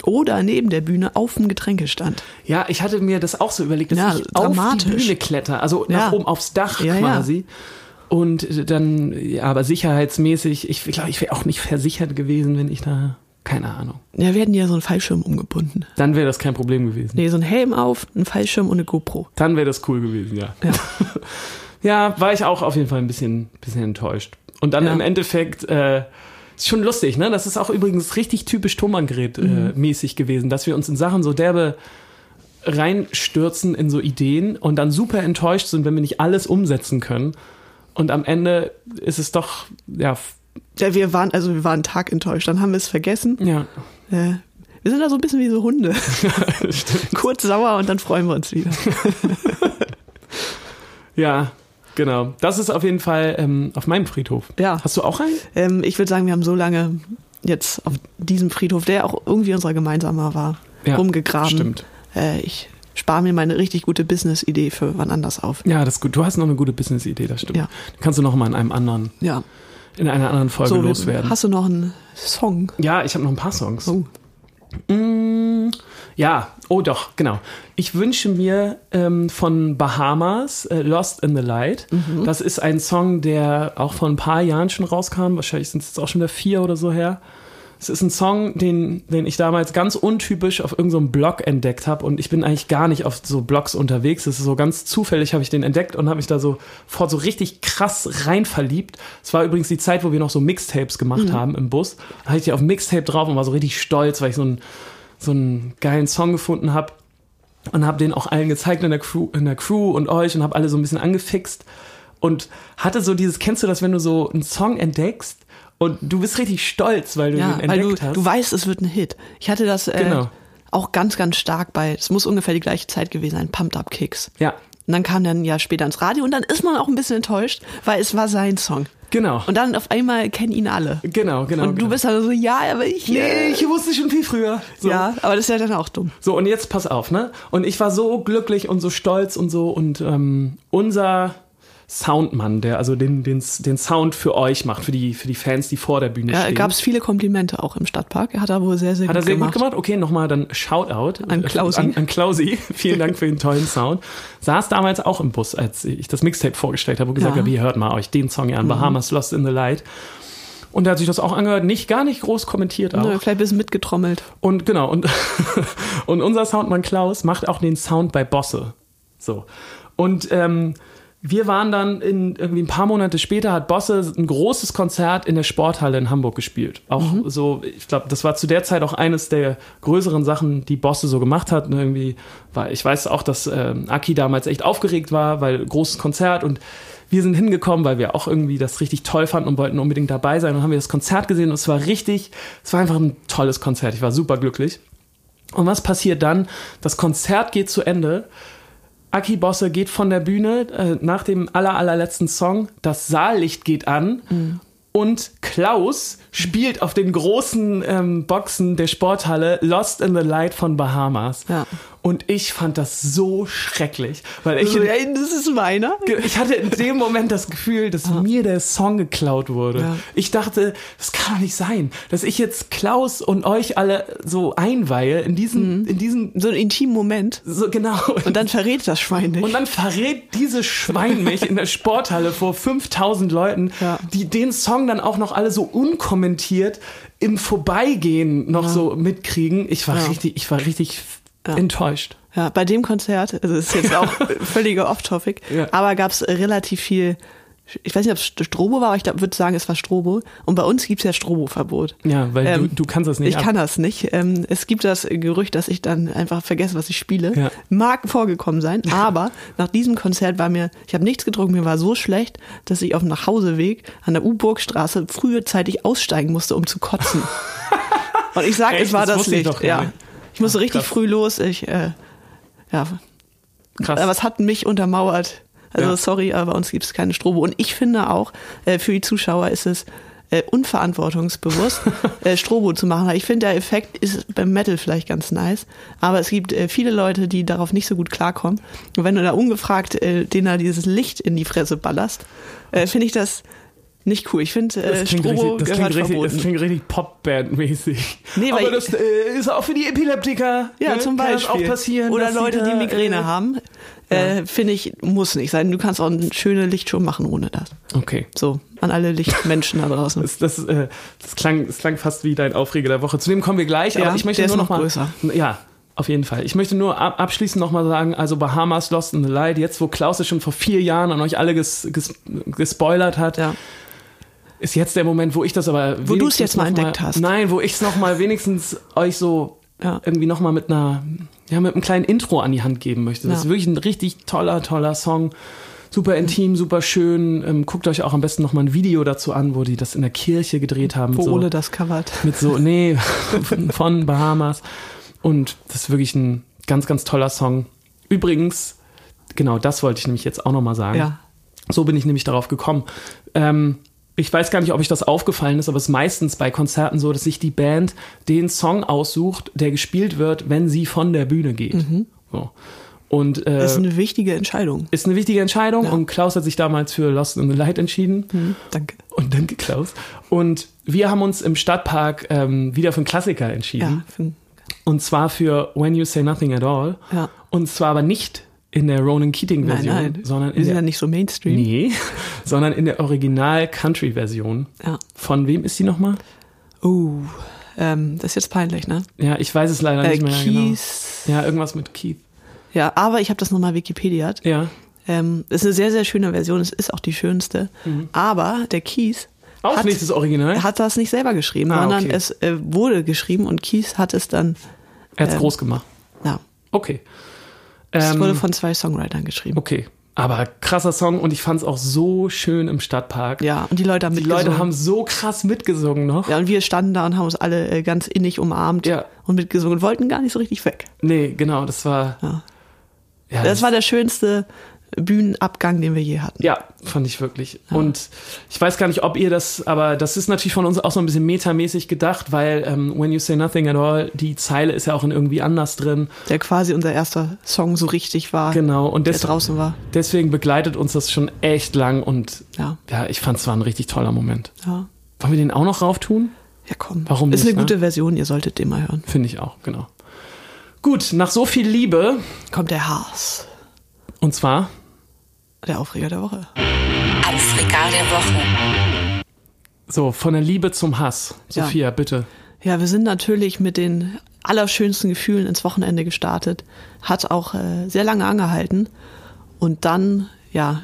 [SPEAKER 3] oder neben der Bühne auf dem Getränkestand.
[SPEAKER 2] Ja, ich hatte mir das auch so überlegt, dass
[SPEAKER 3] Ja,
[SPEAKER 2] ich auf die
[SPEAKER 3] dramatisch.
[SPEAKER 2] Bühne kletter, also nach
[SPEAKER 3] Ja.
[SPEAKER 2] oben aufs Dach
[SPEAKER 3] Ja, ja.
[SPEAKER 2] quasi. Und äh, dann, ja, aber sicherheitsmäßig, ich glaube, ich wäre auch nicht versichert gewesen, wenn ich da, keine Ahnung.
[SPEAKER 3] Da werden ja so ein Fallschirm umgebunden.
[SPEAKER 2] Dann wäre das kein Problem gewesen.
[SPEAKER 3] Nee, so ein Helm auf, ein Fallschirm und eine GoPro.
[SPEAKER 2] Dann wäre das cool gewesen, ja. ja. war ich auch auf jeden Fall ein bisschen, bisschen enttäuscht. Und dann
[SPEAKER 3] Ja.
[SPEAKER 2] im Endeffekt, äh, ist schon lustig, ne? Das ist auch übrigens richtig typisch Thomann-Gerät-mäßig gewesen, dass wir uns in Sachen so derbe reinstürzen in so Ideen und dann super enttäuscht sind, wenn wir nicht alles umsetzen können. Und am Ende ist es doch, ja, f-
[SPEAKER 3] Ja, wir waren, also wir waren einen Tag enttäuscht, dann haben wir es vergessen.
[SPEAKER 2] ja,
[SPEAKER 3] Äh, wir sind da so ein bisschen wie so Hunde. Kurz sauer und dann freuen wir uns wieder.
[SPEAKER 2] ja, genau. Das ist auf jeden Fall ähm, auf meinem Friedhof.
[SPEAKER 3] Ja.
[SPEAKER 2] Hast du auch einen?
[SPEAKER 3] Ähm, ich würde sagen, wir haben so lange jetzt auf diesem Friedhof, der auch irgendwie unser gemeinsamer war,
[SPEAKER 2] Ja,
[SPEAKER 3] rumgegraben.
[SPEAKER 2] stimmt.
[SPEAKER 3] Äh, ich spare mir meine richtig gute Business-Idee für wann anders auf.
[SPEAKER 2] Ja, das ist gut. Du hast noch eine gute Business-Idee, das stimmt.
[SPEAKER 3] Ja.
[SPEAKER 2] Kannst du noch mal in einem anderen,
[SPEAKER 3] Ja.
[SPEAKER 2] in einer anderen Folge
[SPEAKER 3] So,
[SPEAKER 2] loswerden.
[SPEAKER 3] hast du noch einen Song?
[SPEAKER 2] Ja, ich habe noch ein paar Songs.
[SPEAKER 3] Oh.
[SPEAKER 2] Mm, ja, oh doch, genau. Ich wünsche mir ähm, von Bahamas äh, Lost in the Light. Das ist ein Song, der auch vor ein paar Jahren schon rauskam. Wahrscheinlich sind es jetzt auch schon wieder vier oder so her. Es ist ein Song, den, den ich damals ganz untypisch auf irgendeinem Blog entdeckt habe und ich bin eigentlich gar nicht auf so Blogs unterwegs. Es ist so ganz zufällig habe ich den entdeckt und habe mich da so fort so richtig krass rein verliebt. Es war übrigens die Zeit, wo wir noch so Mixtapes gemacht haben im Bus. Da hatte ich die auf Mixtape drauf und war so richtig stolz, weil ich so einen so einen geilen Song gefunden habe und habe den auch allen gezeigt in der Crew, in der Crew und euch und habe alle so ein bisschen angefixt und hatte so dieses kennst du das, wenn du so einen Song entdeckst und du bist richtig stolz, weil du
[SPEAKER 3] Ja,
[SPEAKER 2] den
[SPEAKER 3] weil du,
[SPEAKER 2] entdeckt hast.
[SPEAKER 3] du weißt, es wird ein Hit. Ich hatte das äh,
[SPEAKER 2] Genau.
[SPEAKER 3] auch ganz, ganz stark bei, es muss ungefähr die gleiche Zeit gewesen sein, Pumped Up Kicks.
[SPEAKER 2] Ja,
[SPEAKER 3] Und dann kam dann ein Jahr später ins Radio und dann ist man auch ein bisschen enttäuscht, weil es war sein Song.
[SPEAKER 2] genau.
[SPEAKER 3] Und dann auf einmal kennen ihn alle.
[SPEAKER 2] genau, genau.
[SPEAKER 3] und du
[SPEAKER 2] genau.
[SPEAKER 3] bist dann so, ja, aber ich.
[SPEAKER 2] Nee, ich wusste schon viel früher. So.
[SPEAKER 3] Ja, aber das ist ja dann auch dumm.
[SPEAKER 2] So, und jetzt pass auf, ne? Und ich war so glücklich und so stolz und so. Und ähm, unser Soundmann, der also den, den, den Sound für euch macht, für die, für die Fans, die vor der Bühne
[SPEAKER 3] Ja,
[SPEAKER 2] stehen.
[SPEAKER 3] gab es viele Komplimente auch im Stadtpark. Hat er wohl sehr, sehr,
[SPEAKER 2] Hat
[SPEAKER 3] gut,
[SPEAKER 2] er sehr
[SPEAKER 3] gemacht.
[SPEAKER 2] gut gemacht. Okay, nochmal dann Shoutout
[SPEAKER 3] An Klausi.
[SPEAKER 2] An, an Klausi. Vielen Dank für den tollen Sound. Saß damals auch im Bus, als ich das Mixtape vorgestellt habe und gesagt
[SPEAKER 3] Ja. Mhm.
[SPEAKER 2] habe, hier hört mal euch den Song hier an, Bahamas Lost in the Light. Und da hat sich das auch angehört, nicht gar nicht groß kommentiert auch.
[SPEAKER 3] Ja, vielleicht ein bisschen mitgetrommelt.
[SPEAKER 2] Und genau, und, und unser Soundmann Klaus macht auch den Sound bei Bosse. So. Und ähm, wir waren dann in irgendwie ein paar Monate später hat Bosse ein großes Konzert in der Sporthalle in Hamburg gespielt. Auch so, ich glaube, das war zu der Zeit auch eines der größeren Sachen, die Bosse so gemacht hat. Und irgendwie, weil ich weiß auch, dass ähm, Aki damals echt aufgeregt war, weil großes Konzert und wir sind hingekommen, weil wir auch irgendwie das richtig toll fanden und wollten unbedingt dabei sein. Und dann haben wir das Konzert gesehen und es war richtig, es war einfach ein tolles Konzert. Ich war super glücklich. Und was passiert dann? Das Konzert geht zu Ende. Aki Bosse geht von der Bühne äh, nach dem aller, allerletzten Song. Das Saallicht geht an.
[SPEAKER 3] Mhm.
[SPEAKER 2] Und Klaus spielt auf den großen ähm, Boxen der Sporthalle Lost in the Light von Bahamas.
[SPEAKER 3] Ja.
[SPEAKER 2] Und ich fand das so schrecklich, weil ich,
[SPEAKER 3] Ich, Also ja, das ist meiner.
[SPEAKER 2] Ge- ich hatte in dem Moment das Gefühl, dass mir der Song geklaut wurde.
[SPEAKER 3] Ja.
[SPEAKER 2] Ich dachte, das kann doch nicht sein, dass ich jetzt Klaus und euch alle so einweihe in
[SPEAKER 3] Mhm.
[SPEAKER 2] diesen, in diesen,
[SPEAKER 3] So einen intimen Moment.
[SPEAKER 2] so genau.
[SPEAKER 3] Und dann verrät das Schwein nicht.
[SPEAKER 2] Und dann verrät dieses Schwein mich in der Sporthalle vor 5000 Leuten,
[SPEAKER 3] Ja.
[SPEAKER 2] die den Song dann auch noch alle so unkommentiert im Vorbeigehen noch so mitkriegen. Ich war
[SPEAKER 3] Ja.
[SPEAKER 2] richtig, ich war richtig enttäuscht.
[SPEAKER 3] ja, bei dem Konzert, also das ist jetzt auch völliger Off-Topic,
[SPEAKER 2] Ja.
[SPEAKER 3] aber gab es relativ viel, ich weiß nicht, ob es Strobo war, aber ich würde sagen, es war Strobo. Und bei uns gibt es ja Strobo-Verbot.
[SPEAKER 2] Ja, weil
[SPEAKER 3] Ähm,
[SPEAKER 2] du, du kannst das nicht.
[SPEAKER 3] Ich
[SPEAKER 2] ab.
[SPEAKER 3] kann das nicht. Ähm, es gibt das Gerücht, dass ich dann einfach vergesse, was ich spiele.
[SPEAKER 2] Ja.
[SPEAKER 3] Mag vorgekommen sein, aber nach diesem Konzert war mir, ich habe nichts getrunken, mir war so schlecht, dass ich auf dem Nachhauseweg an der U-Burgstraße frühzeitig aussteigen musste, um zu kotzen. Und ich sag,
[SPEAKER 2] Echt?
[SPEAKER 3] es war
[SPEAKER 2] Das
[SPEAKER 3] das,
[SPEAKER 2] wusste ich
[SPEAKER 3] Licht.
[SPEAKER 2] doch gar
[SPEAKER 3] ja.
[SPEAKER 2] nicht.
[SPEAKER 3] Ich musste
[SPEAKER 2] Ach,
[SPEAKER 3] richtig
[SPEAKER 2] krass.
[SPEAKER 3] früh los. Ich, äh, ja,
[SPEAKER 2] Krass.
[SPEAKER 3] aber es hat mich untermauert. Also
[SPEAKER 2] Ja.
[SPEAKER 3] sorry, aber bei uns gibt es keine Strobo. Und ich finde auch, äh, für die Zuschauer ist es äh, unverantwortungsbewusst, äh, Strobo zu machen. Ich finde, der Effekt ist beim Metal vielleicht ganz nice, aber es gibt äh, viele Leute, die darauf nicht so gut klarkommen. Und wenn du da ungefragt äh, denen da dieses Licht in die Fresse ballerst, äh, finde ich das nicht cool. Ich finde, äh,
[SPEAKER 2] Das klingt,
[SPEAKER 3] Strobo
[SPEAKER 2] richtig, das, klingt
[SPEAKER 3] gehört
[SPEAKER 2] richtig, das
[SPEAKER 3] verboten.
[SPEAKER 2] klingt richtig Popband-mäßig.
[SPEAKER 3] Nee, weil-
[SPEAKER 2] Aber das äh, ist auch für die Epileptiker.
[SPEAKER 3] Ja,
[SPEAKER 2] ne?
[SPEAKER 3] zum
[SPEAKER 2] Kann das
[SPEAKER 3] Beispiel.
[SPEAKER 2] auch passieren.
[SPEAKER 3] Oder
[SPEAKER 2] dass
[SPEAKER 3] Leute,
[SPEAKER 2] da,
[SPEAKER 3] die Migräne
[SPEAKER 2] äh,
[SPEAKER 3] haben. Äh, Finde ich, muss nicht sein. Du kannst auch eine schöne Lichtshow machen ohne das.
[SPEAKER 2] Okay.
[SPEAKER 3] So, an alle Lichtmenschen da draußen.
[SPEAKER 2] Das, das, äh, das, klang, das klang fast wie dein Aufreger der Woche. Zu dem kommen wir gleich,
[SPEAKER 3] Ja,
[SPEAKER 2] aber ich möchte
[SPEAKER 3] der ist
[SPEAKER 2] nur noch
[SPEAKER 3] noch
[SPEAKER 2] mal,
[SPEAKER 3] größer.
[SPEAKER 2] Ja, auf jeden Fall. Ich möchte nur ab, abschließend noch mal sagen, also Bahamas Lost in the Light, jetzt wo Klaus es schon vor vier Jahren an euch alle ges, ges, gespoilert hat,
[SPEAKER 3] Ja.
[SPEAKER 2] Ist jetzt der Moment, wo ich das aber.
[SPEAKER 3] Wo du es
[SPEAKER 2] wenigstens
[SPEAKER 3] jetzt mal
[SPEAKER 2] noch
[SPEAKER 3] entdeckt hast.
[SPEAKER 2] Nein, wo ich es nochmal wenigstens euch so
[SPEAKER 3] Ja.
[SPEAKER 2] irgendwie nochmal mit einer, ja, mit einem kleinen Intro an die Hand geben möchte. Das
[SPEAKER 3] Ja.
[SPEAKER 2] ist wirklich ein richtig toller, toller Song. Super intim, super schön. Ähm, guckt euch auch am besten nochmal ein Video dazu an, wo die das in der Kirche gedreht haben.
[SPEAKER 3] wo
[SPEAKER 2] so
[SPEAKER 3] Ole Oh, das covert.
[SPEAKER 2] mit so, nee, von Bahamas. Und das ist wirklich ein ganz, ganz toller Song. Übrigens, genau das wollte ich nämlich jetzt auch nochmal sagen.
[SPEAKER 3] Ja.
[SPEAKER 2] So bin ich nämlich darauf gekommen. Ähm, ich weiß gar nicht, ob euch das aufgefallen ist, aber es ist meistens bei Konzerten so, dass sich die Band den Song aussucht, der gespielt wird, wenn sie von der Bühne geht. So. Und äh,
[SPEAKER 3] Das Mhm. ist eine wichtige Entscheidung.
[SPEAKER 2] ist eine wichtige Entscheidung
[SPEAKER 3] Ja.
[SPEAKER 2] und Klaus hat sich damals für Lost in the Light entschieden.
[SPEAKER 3] Danke.
[SPEAKER 2] Und danke, Klaus. Und wir haben uns im Stadtpark ähm, wieder für einen Klassiker entschieden.
[SPEAKER 3] Ja, für-
[SPEAKER 2] Und zwar für When You Say Nothing at All.
[SPEAKER 3] Ja.
[SPEAKER 2] Und zwar aber nicht in der Ronan
[SPEAKER 3] nein,
[SPEAKER 2] Keating-Version,
[SPEAKER 3] nein.
[SPEAKER 2] sondern
[SPEAKER 3] wir
[SPEAKER 2] in
[SPEAKER 3] sind ja
[SPEAKER 2] der,
[SPEAKER 3] nicht so Mainstream.
[SPEAKER 2] nee, sondern in der Original-Country-Version.
[SPEAKER 3] Ja.
[SPEAKER 2] Von wem ist die nochmal?
[SPEAKER 3] Oh, ähm, das ist jetzt peinlich, ne?
[SPEAKER 2] Ja, ich weiß es leider
[SPEAKER 3] Äh,
[SPEAKER 2] nicht mehr genau.
[SPEAKER 3] Keys.
[SPEAKER 2] Ja, irgendwas mit Keith.
[SPEAKER 3] Ja, aber ich habe das nochmal Wikipediat.
[SPEAKER 2] Ja.
[SPEAKER 3] Ähm, ist eine sehr, sehr schöne Version. Es ist auch die schönste. Aber der Keys
[SPEAKER 2] Mhm. Auch
[SPEAKER 3] hat,
[SPEAKER 2] nicht das Original.
[SPEAKER 3] er hat das nicht selber geschrieben,
[SPEAKER 2] Ah,
[SPEAKER 3] sondern
[SPEAKER 2] okay.
[SPEAKER 3] es äh, wurde geschrieben und Keys hat es dann,
[SPEAKER 2] Er hat es
[SPEAKER 3] ähm,
[SPEAKER 2] groß gemacht.
[SPEAKER 3] ja,
[SPEAKER 2] Okay.
[SPEAKER 3] es
[SPEAKER 2] Ähm,
[SPEAKER 3] wurde von zwei Songwritern geschrieben.
[SPEAKER 2] okay. Aber krasser Song und ich fand es auch so schön im Stadtpark.
[SPEAKER 3] Ja, und die Leute haben
[SPEAKER 2] Die
[SPEAKER 3] mitgesungen.
[SPEAKER 2] Leute haben so krass mitgesungen noch.
[SPEAKER 3] ja, und wir standen da und haben uns alle äh, ganz innig umarmt
[SPEAKER 2] Ja.
[SPEAKER 3] und mitgesungen und wollten gar nicht so richtig weg.
[SPEAKER 2] Nee, genau, das war.
[SPEAKER 3] Ja.
[SPEAKER 2] Ja,
[SPEAKER 3] Das war der schönste Bühnenabgang, den wir je hatten.
[SPEAKER 2] ja, fand ich wirklich. Und ich weiß gar nicht, ob ihr das, aber das ist natürlich von uns auch so ein bisschen metamäßig gedacht, weil ähm, When You Say Nothing at All, die Zeile ist ja auch in irgendwie anders drin.
[SPEAKER 3] Der quasi unser erster Song so richtig war,
[SPEAKER 2] Genau, und
[SPEAKER 3] der
[SPEAKER 2] des,
[SPEAKER 3] draußen war.
[SPEAKER 2] deswegen begleitet uns das schon echt lang und
[SPEAKER 3] Ja,
[SPEAKER 2] ja, ich fand es war ein richtig toller Moment.
[SPEAKER 3] ja.
[SPEAKER 2] Wollen wir den auch noch rauftun?
[SPEAKER 3] Ja, komm.
[SPEAKER 2] Warum
[SPEAKER 3] Ist
[SPEAKER 2] nicht,
[SPEAKER 3] eine
[SPEAKER 2] ne?
[SPEAKER 3] gute Version, ihr solltet den mal hören.
[SPEAKER 2] Finde ich auch, genau. Gut, nach so viel Liebe,
[SPEAKER 3] Kommt der Haas,
[SPEAKER 2] und zwar
[SPEAKER 3] der Aufreger der Woche.
[SPEAKER 1] Aufregal der Woche.
[SPEAKER 2] so von der Liebe zum Hass.
[SPEAKER 3] Ja.
[SPEAKER 2] Sophia, bitte.
[SPEAKER 3] Ja, wir sind natürlich mit den allerschönsten Gefühlen ins Wochenende gestartet. Hat auch äh, sehr lange angehalten. Und dann, ja,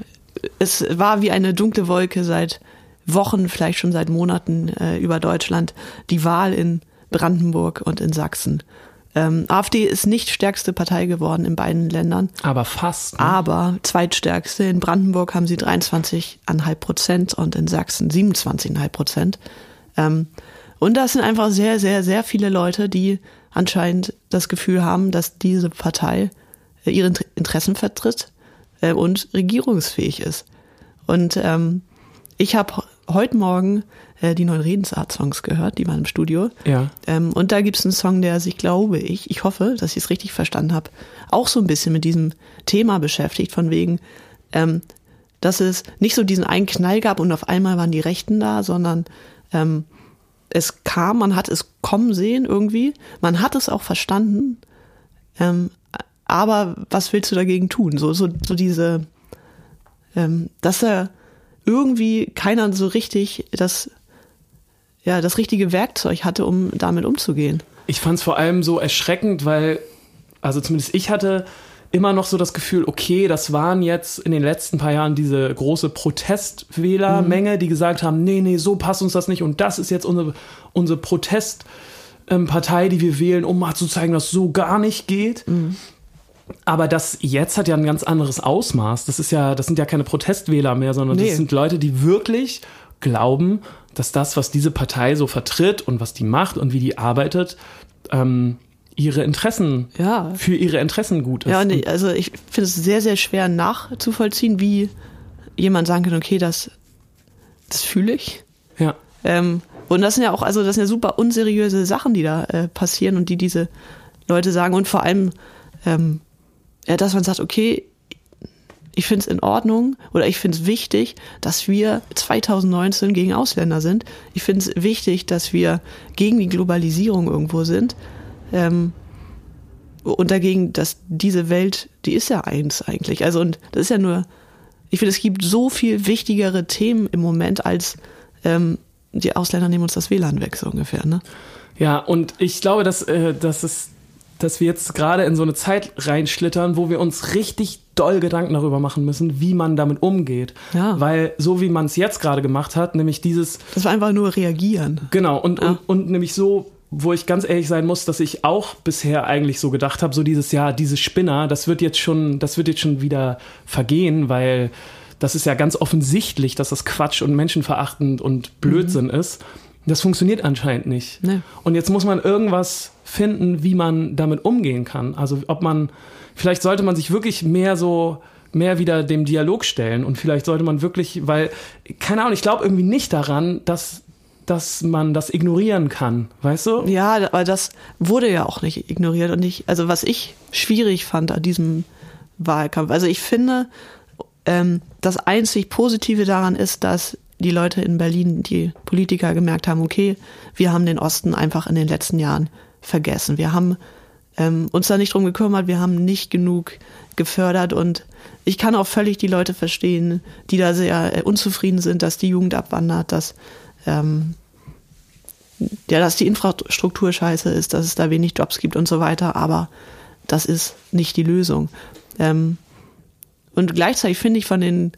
[SPEAKER 3] es war wie eine dunkle Wolke seit Wochen, vielleicht schon seit Monaten äh, über Deutschland. Die Wahl in Brandenburg und in Sachsen. Ähm, AfD ist nicht stärkste Partei geworden in beiden Ländern.
[SPEAKER 2] Aber fast.
[SPEAKER 3] Ah.
[SPEAKER 2] Ne?
[SPEAKER 3] aber zweitstärkste. In Brandenburg haben sie 23,5 Prozent und in Sachsen 27,5 Prozent. Ähm, und das sind einfach sehr, sehr, sehr viele Leute, die anscheinend das Gefühl haben, dass diese Partei äh, ihre Inter- Interessen vertritt äh, und regierungsfähig ist. Und ähm, ich habe heute Morgen äh, die neuen Redensart-Songs gehört, die waren im Studio.
[SPEAKER 2] Ja.
[SPEAKER 3] Ähm, und da gibt es einen Song, der sich, glaube ich, ich hoffe, dass ich es richtig verstanden habe, auch so ein bisschen mit diesem Thema beschäftigt, von wegen, ähm, dass es nicht so diesen einen Knall gab und auf einmal waren die Rechten da, sondern ähm, es kam, man hat es kommen sehen irgendwie, man hat es auch verstanden, ähm, aber was willst du dagegen tun? So, so, so diese, ähm, dass da irgendwie keiner so richtig das, ja, das richtige Werkzeug hatte, um damit umzugehen.
[SPEAKER 2] Ich fand es vor allem so erschreckend, weil, also zumindest ich hatte immer noch so das Gefühl, okay, das waren jetzt in den letzten paar Jahren diese große Protestwählermenge, die gesagt haben, nee, nee, so passt uns das nicht und das ist jetzt unsere, unsere Protestpartei, die wir wählen, um mal zu zeigen, dass so gar nicht geht. Aber das jetzt hat ja ein ganz anderes Ausmaß. Das ist ja, das sind ja keine Protestwähler mehr, sondern
[SPEAKER 3] Nee.
[SPEAKER 2] das sind Leute, die wirklich glauben, dass das, was diese Partei so vertritt und was die macht und wie die arbeitet, ähm, ihre Interessen
[SPEAKER 3] Ja.
[SPEAKER 2] für ihre Interessen gut ist.
[SPEAKER 3] Ja, und ich, also ich finde es sehr, sehr schwer nachzuvollziehen, wie jemand sagen kann, okay, das, das fühle ich.
[SPEAKER 2] ja.
[SPEAKER 3] Ähm, und das sind ja auch, also das sind ja super unseriöse Sachen, die da äh, passieren und die diese Leute sagen. Und vor allem, ähm, ja, dass man sagt, okay, ich finde es in Ordnung oder ich finde es wichtig, dass wir 2019 gegen Ausländer sind. Ich finde es wichtig, dass wir gegen die Globalisierung irgendwo sind. Ähm, und dagegen, dass diese Welt, die ist ja eins eigentlich. Also, und das ist ja nur, ich finde, es gibt so viel wichtigere Themen im Moment als ähm, die Ausländer nehmen uns das WLAN weg, so ungefähr. Ne?
[SPEAKER 2] Ja, und ich glaube, dass, äh, dass, es, dass wir jetzt gerade in so eine Zeit reinschlittern, wo wir uns richtig doll Gedanken darüber machen müssen, wie man damit umgeht.
[SPEAKER 3] Ja.
[SPEAKER 2] Weil so wie man es jetzt gerade gemacht hat, nämlich dieses,
[SPEAKER 3] Das war einfach nur reagieren.
[SPEAKER 2] genau, und,
[SPEAKER 3] Ja.
[SPEAKER 2] und, und nämlich so, wo ich ganz ehrlich sein muss, dass ich auch bisher eigentlich so gedacht habe, so dieses, ja, diese Spinner, das wird jetzt schon, das wird jetzt schon wieder vergehen, weil das ist ja ganz offensichtlich, dass das Quatsch und menschenverachtend und Blödsinn ist. Das funktioniert anscheinend nicht.
[SPEAKER 3] Nee.
[SPEAKER 2] Und jetzt muss man irgendwas finden, wie man damit umgehen kann. Also ob man, vielleicht sollte man sich wirklich mehr so, mehr wieder dem Dialog stellen und vielleicht sollte man wirklich, weil, keine Ahnung, ich glaube irgendwie nicht daran, dass, dass man das ignorieren kann, weißt du?
[SPEAKER 3] Ja, aber das wurde ja auch nicht ignoriert und ich, also was ich schwierig fand an diesem Wahlkampf, also ich finde, ähm, das einzig Positive daran ist, dass die Leute in Berlin, die Politiker gemerkt haben, okay, wir haben den Osten einfach in den letzten Jahren vergessen. Wir haben ähm, uns da nicht drum gekümmert, wir haben nicht genug gefördert und ich kann auch völlig die Leute verstehen, die da sehr äh, unzufrieden sind, dass die Jugend abwandert, dass ähm, ja, dass die Infrastruktur scheiße ist, dass es da wenig Jobs gibt und so weiter, aber das ist nicht die Lösung. Ähm, und gleichzeitig finde ich von den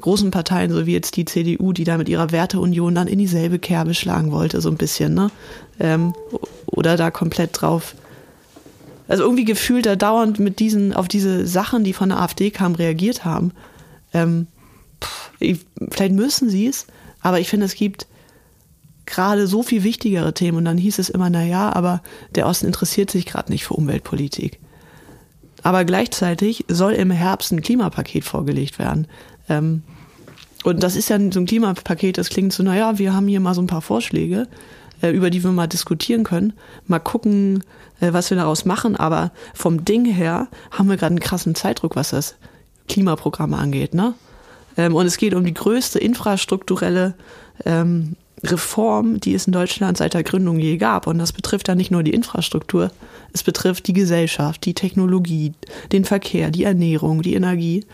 [SPEAKER 3] großen Parteien, so wie jetzt die CDU, die da mit ihrer Werteunion dann in dieselbe Kerbe schlagen wollte, so ein bisschen, ne? Ähm, oder da komplett drauf. Also irgendwie gefühlt da dauernd mit diesen, auf diese Sachen, die von der AfD kamen, reagiert haben. Ähm, pff, ich, vielleicht müssen sie es, aber ich finde, es gibt gerade so viel wichtigere Themen. Und dann hieß es immer, na ja, aber der Osten interessiert sich gerade nicht für Umweltpolitik. Aber gleichzeitig soll im Herbst ein Klimapaket vorgelegt werden. Ähm, und das ist ja so ein Klimapaket, das klingt so, na ja, wir haben hier mal so ein paar Vorschläge, äh, über die wir mal diskutieren können, mal gucken, äh, was wir daraus machen. Aber vom Ding her haben wir gerade einen krassen Zeitdruck, was das Klimaprogramm angeht. Ne? Ähm, und es geht um die größte infrastrukturelle ähm, Reform, die es in Deutschland seit der Gründung je gab. Und das betrifft dann nicht nur die Infrastruktur, es betrifft die Gesellschaft, die Technologie, den Verkehr, die Ernährung, die Energie.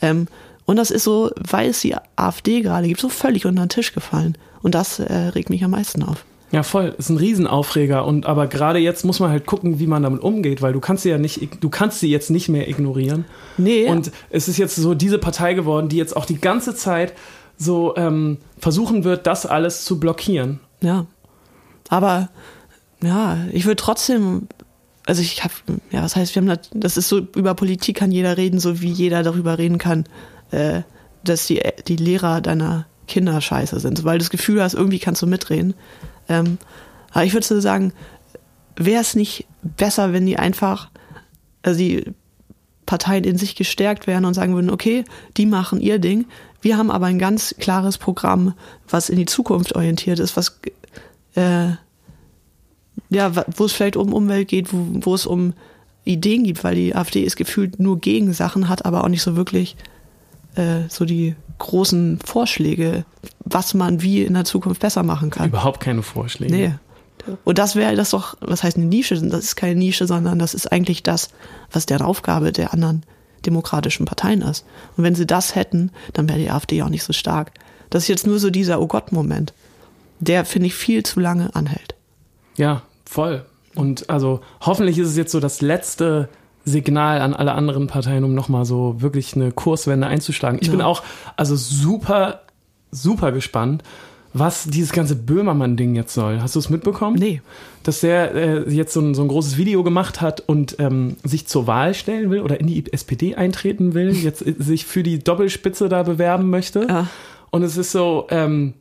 [SPEAKER 3] Ähm, und das ist so, weil es die AfD gerade gibt, so völlig unter den Tisch gefallen. Und das äh, regt mich am meisten auf.
[SPEAKER 2] Ja, voll. Ist ein Riesenaufreger. Und aber gerade jetzt muss man halt gucken, wie man damit umgeht, weil du kannst sie ja nicht, ig- du kannst sie jetzt nicht mehr ignorieren.
[SPEAKER 3] Nee.
[SPEAKER 2] Und es ist jetzt so diese Partei geworden, die jetzt auch die ganze Zeit so ähm, versuchen wird, das alles zu blockieren.
[SPEAKER 3] Ja. Aber ja, ich würde trotzdem, also ich habe, ja, was heißt, wir haben das, das ist so, über Politik kann jeder reden, so wie jeder darüber reden kann, äh, dass die, die Lehrer deiner Kinder scheiße sind, weil du das Gefühl hast, irgendwie kannst du mitreden. Ähm, aber ich würde so sagen, wäre es nicht besser, wenn die einfach, also die Parteien in sich gestärkt wären und sagen würden, okay, die machen ihr Ding. Wir haben aber ein ganz klares Programm, was in die Zukunft orientiert ist, was äh, ja, wa- wo es vielleicht um Umwelt geht, wo, wo es um Ideen gibt, weil die AfD ist gefühlt nur gegen Sachen, hat aber auch nicht so wirklich äh, so die großen Vorschläge, was man wie in der Zukunft besser machen kann.
[SPEAKER 2] Überhaupt keine Vorschläge.
[SPEAKER 3] Nee. Und das wäre das doch, was heißt eine Nische? Das ist keine Nische, sondern das ist eigentlich das, was deren Aufgabe der anderen demokratischen Parteien ist. Und wenn sie das hätten, dann wäre die AfD auch nicht so stark. Das ist jetzt nur so dieser Oh Gott-Moment, der, finde ich, viel zu lange anhält.
[SPEAKER 2] Ja, voll. Und also hoffentlich ist es jetzt so das letzte Signal an alle anderen Parteien, um nochmal so wirklich eine Kurswende einzuschlagen. Ich bin auch also super, super gespannt, was dieses ganze Böhmermann-Ding jetzt soll. Hast du es mitbekommen?
[SPEAKER 3] Nee.
[SPEAKER 2] Dass der äh, jetzt so ein, so ein großes Video gemacht hat und ähm, sich zur Wahl stellen will oder in die SPD eintreten will, jetzt äh, sich für die Doppelspitze da bewerben möchte.
[SPEAKER 3] Ja.
[SPEAKER 2] Und es ist so, ähm,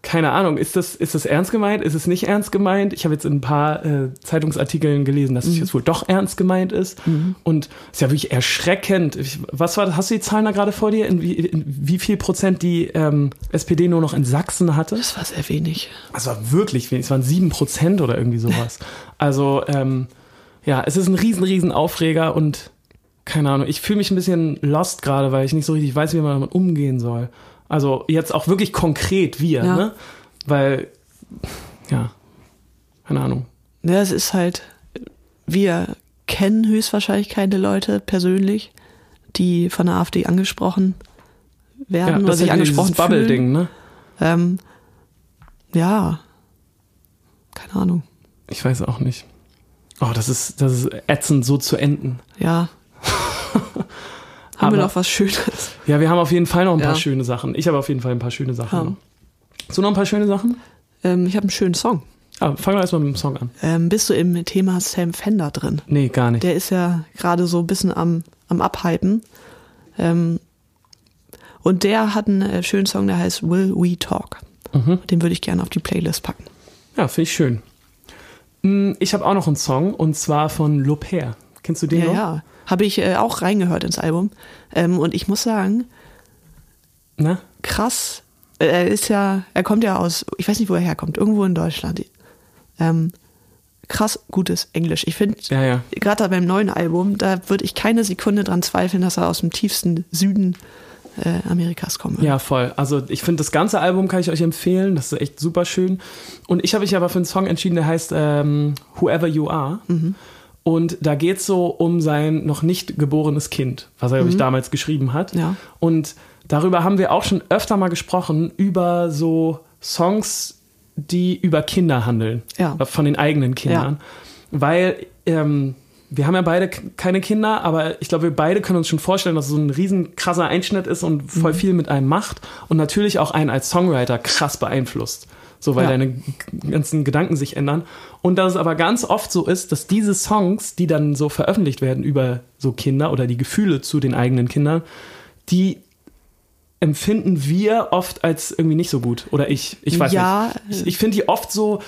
[SPEAKER 2] keine Ahnung, ist das, ist das ernst gemeint? Ist es nicht ernst gemeint? Ich habe jetzt in ein paar äh, Zeitungsartikeln gelesen, dass es jetzt wohl doch ernst gemeint ist. Und es ist ja wirklich erschreckend. Ich, was war, hast du die Zahlen da gerade vor dir? In wie, in wie viel Prozent die ähm, SPD nur noch in Sachsen hatte?
[SPEAKER 3] Das war sehr wenig.
[SPEAKER 2] Also war wirklich wenig. Es waren sieben Prozent oder irgendwie sowas. Also, ähm, ja, es ist ein riesen, riesen Aufreger und keine Ahnung. Ich fühle mich ein bisschen lost gerade, weil ich nicht so richtig weiß, wie man damit umgehen soll. Also jetzt auch wirklich konkret wir,
[SPEAKER 3] Ja.
[SPEAKER 2] ne? Weil, ja, keine Ahnung.
[SPEAKER 3] Ja, es ist halt, wir kennen höchstwahrscheinlich keine Leute persönlich, die von der AfD angesprochen werden
[SPEAKER 2] Ja,
[SPEAKER 3] oder
[SPEAKER 2] das ist
[SPEAKER 3] sich
[SPEAKER 2] ja dieses
[SPEAKER 3] angesprochen fühlen.
[SPEAKER 2] Bubble-Ding, ne?
[SPEAKER 3] Ähm, ja, keine Ahnung.
[SPEAKER 2] Ich weiß auch nicht. Oh, das ist, das ist ätzend, so zu enden.
[SPEAKER 3] Ja, Haben wir
[SPEAKER 2] Aber-
[SPEAKER 3] noch was Schönes?
[SPEAKER 2] Ja, wir haben auf jeden Fall noch ein
[SPEAKER 3] Ja.
[SPEAKER 2] paar schöne Sachen. Ich habe auf jeden Fall ein paar schöne Sachen.
[SPEAKER 3] Ja.
[SPEAKER 2] noch. Hast du noch ein paar schöne Sachen?
[SPEAKER 3] Ähm, ich habe einen schönen Song.
[SPEAKER 2] Ah, fangen wir erstmal mit dem Song an.
[SPEAKER 3] Ähm, bist du im Thema Sam Fender drin?
[SPEAKER 2] Nee, gar nicht.
[SPEAKER 3] Der ist ja gerade so ein bisschen am, am Abhypen. Ähm, und der hat einen äh, schönen Song, der heißt Will We Talk. Den würde ich gerne auf die Playlist packen.
[SPEAKER 2] Mhm. Ja, finde ich schön. Hm, Ich habe auch noch einen Song und zwar von Loper. Kennst du den
[SPEAKER 3] Ja,
[SPEAKER 2] noch?
[SPEAKER 3] ja. Habe ich äh, auch reingehört ins Album. Ähm, und ich muss sagen,
[SPEAKER 2] Na?
[SPEAKER 3] krass. Äh, Er ist ja, er kommt ja aus, ich weiß nicht, wo er herkommt, irgendwo in Deutschland. Ähm, krass gutes Englisch. Ich finde,
[SPEAKER 2] Ja, ja.
[SPEAKER 3] gerade beim neuen Album, da würde ich keine Sekunde dran zweifeln, dass er aus dem tiefsten Süden äh, Amerikas kommen wird.
[SPEAKER 2] Ja, voll. Also ich finde, das ganze Album kann ich euch empfehlen. Das ist echt super schön. Und ich habe mich aber für einen Song entschieden, der heißt ähm, Whoever You Are.
[SPEAKER 3] Mhm.
[SPEAKER 2] Und da geht es so um sein noch nicht geborenes Kind, was er, glaube ich, damals geschrieben hat.
[SPEAKER 3] Mhm. Ja.
[SPEAKER 2] Und darüber haben wir auch schon öfter mal gesprochen, über so Songs, die über Kinder handeln. Äh,
[SPEAKER 3] Ja.
[SPEAKER 2] Von den eigenen Kindern. Weil ähm, wir haben ja beide k- keine Kinder, aber ich glaube, wir beide können uns schon vorstellen, dass es so ein riesen krasser Einschnitt ist und
[SPEAKER 3] Mhm.
[SPEAKER 2] voll viel mit einem macht und natürlich auch einen als Songwriter krass beeinflusst. So, weil
[SPEAKER 3] Ja.
[SPEAKER 2] deine g- ganzen Gedanken sich ändern. Und dass es aber ganz oft so ist, dass diese Songs, die dann so veröffentlicht werden über so Kinder oder die Gefühle zu den eigenen Kindern, die empfinden wir oft als irgendwie nicht so gut. Oder ich. Ich weiß
[SPEAKER 3] Ja.
[SPEAKER 2] nicht. Ich, ich finde die oft so,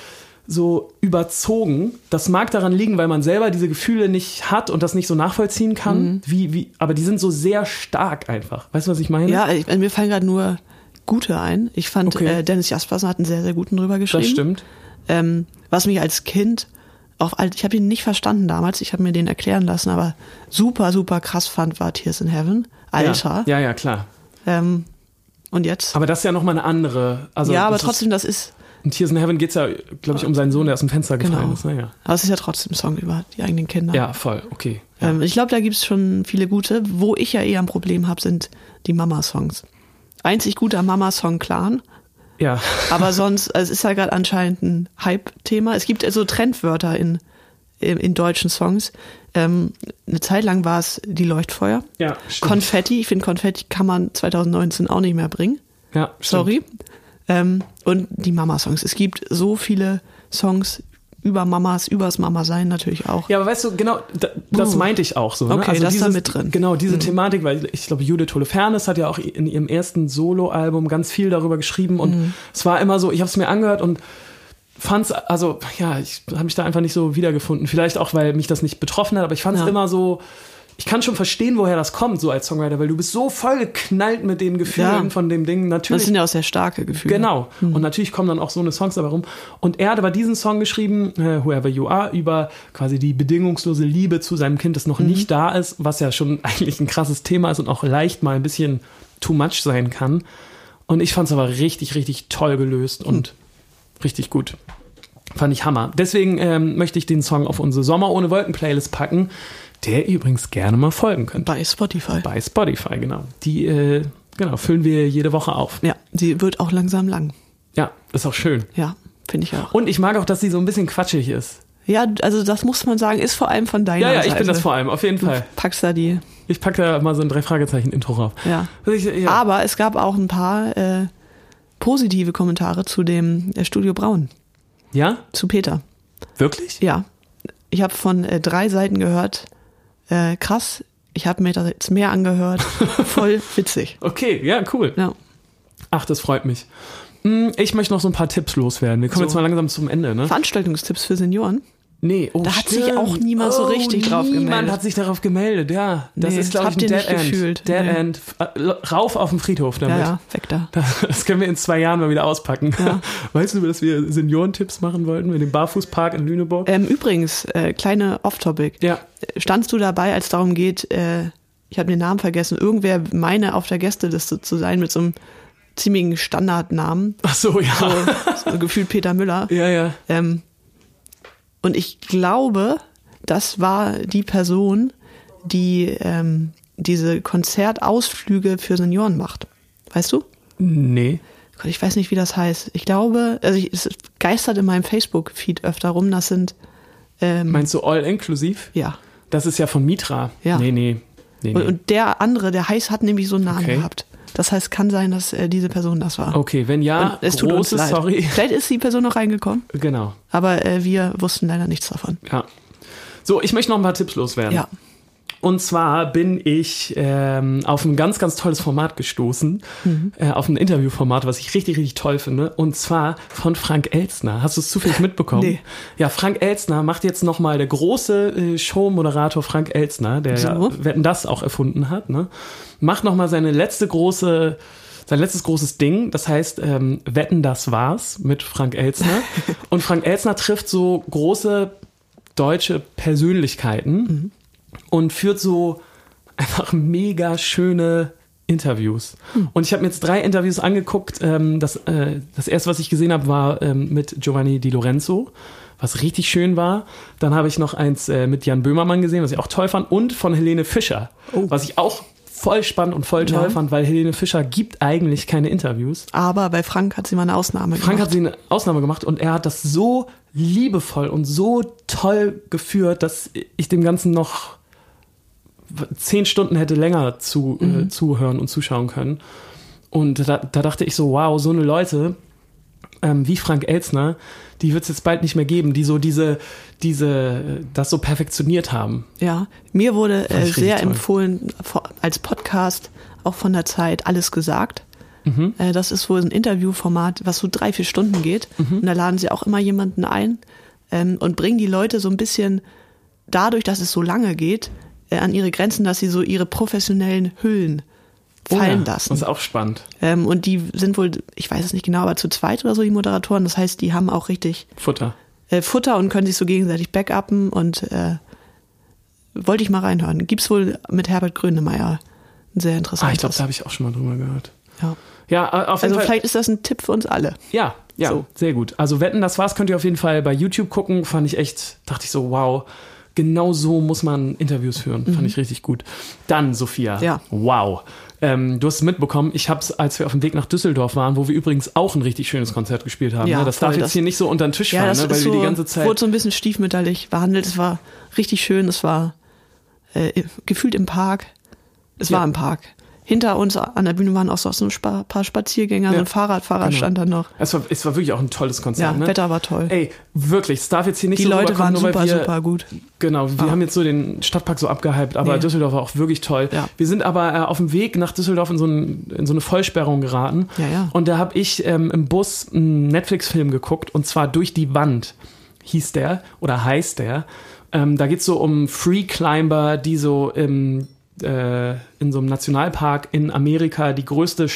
[SPEAKER 2] so überzogen. Das mag daran liegen, weil man selber diese Gefühle nicht hat und das nicht so nachvollziehen kann.
[SPEAKER 3] Mhm.
[SPEAKER 2] Wie, wie, aber die sind so sehr stark einfach. Weißt du, was ich meine?
[SPEAKER 3] Ja, ich, mir fallen gerade nur gute ein. Ich fand,
[SPEAKER 2] Okay.
[SPEAKER 3] äh, Dennis Jaspersen hat einen sehr, sehr guten drüber geschrieben.
[SPEAKER 2] das stimmt.
[SPEAKER 3] Ähm, was mich als Kind auf alt, ich habe ihn nicht verstanden damals, ich habe mir den erklären lassen, aber super, super krass fand war Tears in Heaven. Alter.
[SPEAKER 2] Ja, ja, ja, klar.
[SPEAKER 3] Ähm, und jetzt?
[SPEAKER 2] Aber das ist ja nochmal eine andere. Also
[SPEAKER 3] ja, aber
[SPEAKER 2] das
[SPEAKER 3] trotzdem, das ist,
[SPEAKER 2] Ist, in Tears in Heaven geht es ja, glaube ich, um seinen Sohn, der aus dem Fenster gefallen
[SPEAKER 3] genau.
[SPEAKER 2] ist. Naja.
[SPEAKER 3] Aber es ist ja trotzdem ein Song über die eigenen Kinder.
[SPEAKER 2] Ja, voll. Okay. Ja.
[SPEAKER 3] Ähm, ich glaube, da gibt's schon viele gute. Wo ich ja eher ein Problem habe, sind die Mama-Songs. Einzig guter Mama-Song Clan.
[SPEAKER 2] ja.
[SPEAKER 3] Aber sonst, also es ist ja gerade anscheinend ein Hype-Thema. Es gibt so also Trendwörter in, in, in deutschen Songs. Ähm, eine Zeit lang war es die Leuchtfeuer.
[SPEAKER 2] Ja, stimmt.
[SPEAKER 3] Konfetti, ich finde Konfetti kann man 2019 auch nicht mehr bringen.
[SPEAKER 2] ja, stimmt.
[SPEAKER 3] Sorry. Ähm, und die Mama-Songs. Es gibt so viele Songs über Mamas, übers Mama-Sein natürlich auch.
[SPEAKER 2] Ja, aber weißt du, genau, da, das
[SPEAKER 3] Uh.
[SPEAKER 2] meinte ich auch so. Ne?
[SPEAKER 3] Okay, das ist da
[SPEAKER 2] dieses,
[SPEAKER 3] mit drin. Hm.
[SPEAKER 2] Genau, diese Thematik, weil ich glaube, Judith Holofernes hat ja auch in ihrem ersten Soloalbum ganz viel darüber geschrieben und
[SPEAKER 3] Hm.
[SPEAKER 2] es war immer so, ich habe es mir angehört und fand's, also ja, ich habe mich da einfach nicht so wiedergefunden. Vielleicht auch, weil mich das nicht betroffen hat, aber ich fand es
[SPEAKER 3] Ja.
[SPEAKER 2] immer so. Ich kann schon verstehen, woher das kommt, so als Songwriter, weil du bist so vollgeknallt mit den Gefühlen
[SPEAKER 3] Ja.
[SPEAKER 2] von dem Ding. Natürlich
[SPEAKER 3] Das sind ja auch sehr starke Gefühle.
[SPEAKER 2] Genau. Und natürlich kommen dann auch so eine Songs dabei rum. Und er hat aber diesen Song geschrieben, äh, Whoever You Are, über quasi die bedingungslose Liebe zu seinem Kind, das noch nicht da ist, was ja schon eigentlich ein krasses Thema ist und auch leicht mal ein bisschen too much sein kann. Und ich fand es aber richtig, richtig toll gelöst und richtig gut. Fand ich Hammer. Deswegen ähm, möchte ich den Song auf unsere Sommer ohne Wolken Playlist packen, der ihr übrigens gerne mal folgen könnt.
[SPEAKER 3] Bei Spotify.
[SPEAKER 2] Bei Spotify, genau. Die äh, genau, füllen wir jede Woche auf.
[SPEAKER 3] Ja, sie wird auch langsam lang.
[SPEAKER 2] Ja, ist auch schön.
[SPEAKER 3] Ja, finde ich auch.
[SPEAKER 2] Und ich mag auch, dass sie so ein bisschen quatschig ist.
[SPEAKER 3] Ja, also das muss man sagen, ist vor allem von deiner
[SPEAKER 2] Ja, ja,
[SPEAKER 3] Seite.
[SPEAKER 2] ich bin das vor allem, auf jeden Fall.
[SPEAKER 3] Packst da die.
[SPEAKER 2] Ich packe da mal so ein Drei-Fragezeichen-Intro rauf. Also
[SPEAKER 3] Ja.
[SPEAKER 2] Ich, ja.
[SPEAKER 3] Aber es gab auch ein paar äh, positive Kommentare zu dem äh, Studio Braun,
[SPEAKER 2] ja?
[SPEAKER 3] zu Peter.
[SPEAKER 2] Wirklich?
[SPEAKER 3] Ja. Ich habe von äh, drei Seiten gehört, äh, krass, ich habe mir das jetzt mehr angehört. Voll witzig.
[SPEAKER 2] Okay, ja, cool.
[SPEAKER 3] Ja.
[SPEAKER 2] Ach, das freut mich. Hm, Ich möchte noch so ein paar Tipps loswerden. Wir kommen
[SPEAKER 3] So.
[SPEAKER 2] jetzt mal langsam zum Ende, ne?
[SPEAKER 3] Veranstaltungstipps für Senioren.
[SPEAKER 2] Nee, oh,
[SPEAKER 3] Da hat sich auch niemand so richtig drauf
[SPEAKER 2] Niemand
[SPEAKER 3] gemeldet.
[SPEAKER 2] hat sich darauf gemeldet, ja. Das
[SPEAKER 3] Nee,
[SPEAKER 2] ist, glaube ich, ein
[SPEAKER 3] habt ihr
[SPEAKER 2] Dead
[SPEAKER 3] nicht
[SPEAKER 2] End.
[SPEAKER 3] gefühlt.
[SPEAKER 2] Dead
[SPEAKER 3] Nee.
[SPEAKER 2] End. Äh, Rauf auf den Friedhof damit.
[SPEAKER 3] Ja, ja, weg da.
[SPEAKER 2] Das können wir in zwei Jahren mal wieder auspacken.
[SPEAKER 3] Ja.
[SPEAKER 2] Weißt du, dass wir Seniorentipps machen wollten mit dem Barfußpark in Lüneburg?
[SPEAKER 3] Ähm, übrigens, äh, kleine Off-Topic.
[SPEAKER 2] Ja.
[SPEAKER 3] Standst du dabei, als darum geht, äh, ich habe den Namen vergessen, irgendwer meine auf der Gästeliste zu sein mit so einem ziemlichen Standardnamen,
[SPEAKER 2] Ach so, ja.
[SPEAKER 3] so, so gefühlt Peter Müller.
[SPEAKER 2] Ja, ja.
[SPEAKER 3] Ähm, und ich glaube, das war die Person, die ähm, diese Konzertausflüge für Senioren macht. Weißt du?
[SPEAKER 2] Nee.
[SPEAKER 3] Gott, ich weiß nicht, wie das heißt. Ich glaube, also ich, es geistert in meinem Facebook-Feed öfter rum, das sind ähm,
[SPEAKER 2] Meinst du all inklusiv?
[SPEAKER 3] ja.
[SPEAKER 2] Das ist ja von Mitra.
[SPEAKER 3] Ja.
[SPEAKER 2] Nee, nee. Nee, nee.
[SPEAKER 3] Und, und der andere, der heiß, hat nämlich so einen Namen
[SPEAKER 2] Okay.
[SPEAKER 3] gehabt. Das heißt, kann sein, dass äh, diese Person das war.
[SPEAKER 2] Okay, wenn ja,
[SPEAKER 3] Und es tut uns
[SPEAKER 2] große
[SPEAKER 3] leid.
[SPEAKER 2] Sorry.
[SPEAKER 3] Vielleicht ist die Person noch reingekommen,
[SPEAKER 2] Genau,
[SPEAKER 3] aber äh, wir wussten leider nichts davon.
[SPEAKER 2] ja. So, ich möchte noch ein paar Tipps loswerden.
[SPEAKER 3] Ja.
[SPEAKER 2] Und zwar bin ich ähm, auf ein ganz, ganz tolles Format gestoßen.
[SPEAKER 3] Mhm.
[SPEAKER 2] Äh, auf ein Interviewformat, was ich richtig, richtig toll finde. Und zwar von Frank Elstner. Hast du es zufällig mitbekommen?
[SPEAKER 3] Nee.
[SPEAKER 2] Ja, Frank Elstner macht jetzt nochmal der große äh, Showmoderator Frank Elstner, der
[SPEAKER 3] So.
[SPEAKER 2] ja Wetten das auch erfunden hat, ne? macht nochmal seine letzte große. Sein letztes großes Ding, das heißt ähm, Wetten, das war's mit Frank Elstner. Und Frank Elstner trifft so große deutsche Persönlichkeiten und führt so einfach mega schöne Interviews. Und ich habe mir jetzt drei Interviews angeguckt. Ähm, das, äh, das erste, was ich gesehen habe, war ähm, mit Giovanni Di Lorenzo, was richtig schön war. Dann habe ich noch eins äh, mit Jan Böhmermann gesehen, was ich auch toll fand. Und von Helene Fischer, was ich auch voll spannend und voll toll
[SPEAKER 3] Ja.
[SPEAKER 2] fand, weil Helene Fischer gibt eigentlich keine Interviews.
[SPEAKER 3] Aber bei Frank hat sie mal eine Ausnahme
[SPEAKER 2] Frank
[SPEAKER 3] gemacht.
[SPEAKER 2] hat sie eine Ausnahme gemacht und er hat das so liebevoll und so toll geführt, dass ich dem Ganzen noch w- zehn Stunden hätte länger zu,
[SPEAKER 3] Mhm.
[SPEAKER 2] äh, zuhören und zuschauen können. Und da, da dachte ich so, wow, so eine Leute ähm, wie Frank Elzner, die wird es jetzt bald nicht mehr geben, die so diese, diese, das so perfektioniert haben.
[SPEAKER 3] Ja, mir wurde
[SPEAKER 2] Fand
[SPEAKER 3] äh,
[SPEAKER 2] ich richtig
[SPEAKER 3] sehr
[SPEAKER 2] toll.
[SPEAKER 3] empfohlen vor- als Podcast, auch von der Zeit, alles gesagt.
[SPEAKER 2] Mhm.
[SPEAKER 3] Äh, das ist wohl ein Interviewformat, was so drei, vier Stunden geht.
[SPEAKER 2] Mhm.
[SPEAKER 3] Und da laden sie auch immer jemanden ein ähm, und bringen die Leute so ein bisschen dadurch, dass es so lange geht, äh, an ihre Grenzen, dass sie so ihre professionellen Hüllen fallen
[SPEAKER 2] Oh ja,
[SPEAKER 3] lassen.
[SPEAKER 2] Das ist auch spannend.
[SPEAKER 3] Ähm, und die sind wohl, ich weiß es nicht genau, aber zu zweit oder so die Moderatoren. Das heißt, die haben auch richtig
[SPEAKER 2] Futter.
[SPEAKER 3] äh, Futter und können sich so gegenseitig backuppen und äh, wollte ich mal reinhören. Gibt's wohl mit Herbert Grönemeyer ein sehr
[SPEAKER 2] Ah, ich
[SPEAKER 3] interessantes.
[SPEAKER 2] glaube, da habe ich auch schon mal drüber gehört.
[SPEAKER 3] ja.
[SPEAKER 2] Ja, a- auf jeden
[SPEAKER 3] Also
[SPEAKER 2] Fall.
[SPEAKER 3] vielleicht ist das ein Tipp für uns alle.
[SPEAKER 2] Ja, ja,
[SPEAKER 3] So.
[SPEAKER 2] sehr gut. Also wetten, das war's, könnt ihr auf jeden Fall bei YouTube gucken. Fand ich echt, dachte ich so, wow, genau so muss man Interviews führen. Fand ich richtig gut. Dann, Sophia,
[SPEAKER 3] Mhm. Ja.
[SPEAKER 2] wow. Ähm, du hast es mitbekommen, ich habe es, als wir auf dem Weg nach Düsseldorf waren, wo wir übrigens auch ein richtig schönes Konzert gespielt haben.
[SPEAKER 3] Ja,
[SPEAKER 2] ne? Das
[SPEAKER 3] voll,
[SPEAKER 2] darf jetzt
[SPEAKER 3] das-
[SPEAKER 2] hier nicht so unter den Tisch fallen, ne? weil wir die ganze Zeit.
[SPEAKER 3] wurde so ein bisschen stiefmütterlich behandelt. Es war richtig schön, es war äh, gefühlt im Park. Es
[SPEAKER 2] Ja.
[SPEAKER 3] war im Park. Hinter uns an der Bühne waren auch so so ein spa paar Spaziergänger, so
[SPEAKER 2] Ja.
[SPEAKER 3] ein Fahrradfahrer
[SPEAKER 2] Genau.
[SPEAKER 3] stand da noch.
[SPEAKER 2] es, war, es war wirklich auch ein tolles
[SPEAKER 3] Ja,
[SPEAKER 2] Konzert. ne?
[SPEAKER 3] Wetter war toll.
[SPEAKER 2] Ey, wirklich, es darf jetzt hier nicht
[SPEAKER 3] die
[SPEAKER 2] so
[SPEAKER 3] Leute
[SPEAKER 2] rüberkommen, nur
[SPEAKER 3] waren
[SPEAKER 2] weil
[SPEAKER 3] super,
[SPEAKER 2] wir,
[SPEAKER 3] super gut.
[SPEAKER 2] Genau, wir
[SPEAKER 3] Ah.
[SPEAKER 2] haben jetzt so den Stadtpark so abgehypt, aber
[SPEAKER 3] Nee.
[SPEAKER 2] Düsseldorf war auch wirklich toll.
[SPEAKER 3] Ja.
[SPEAKER 2] Wir sind aber äh, auf dem Weg nach Düsseldorf in so, ein, in so eine Vollsperrung geraten.
[SPEAKER 3] Ja, ja.
[SPEAKER 2] Und da habe ich ähm, im Bus einen Netflix-Film geguckt und zwar durch die Wand hieß der oder heißt der. Ähm, da geht's so um Free Climber, die so im, äh, in so einem Nationalpark in Amerika die größte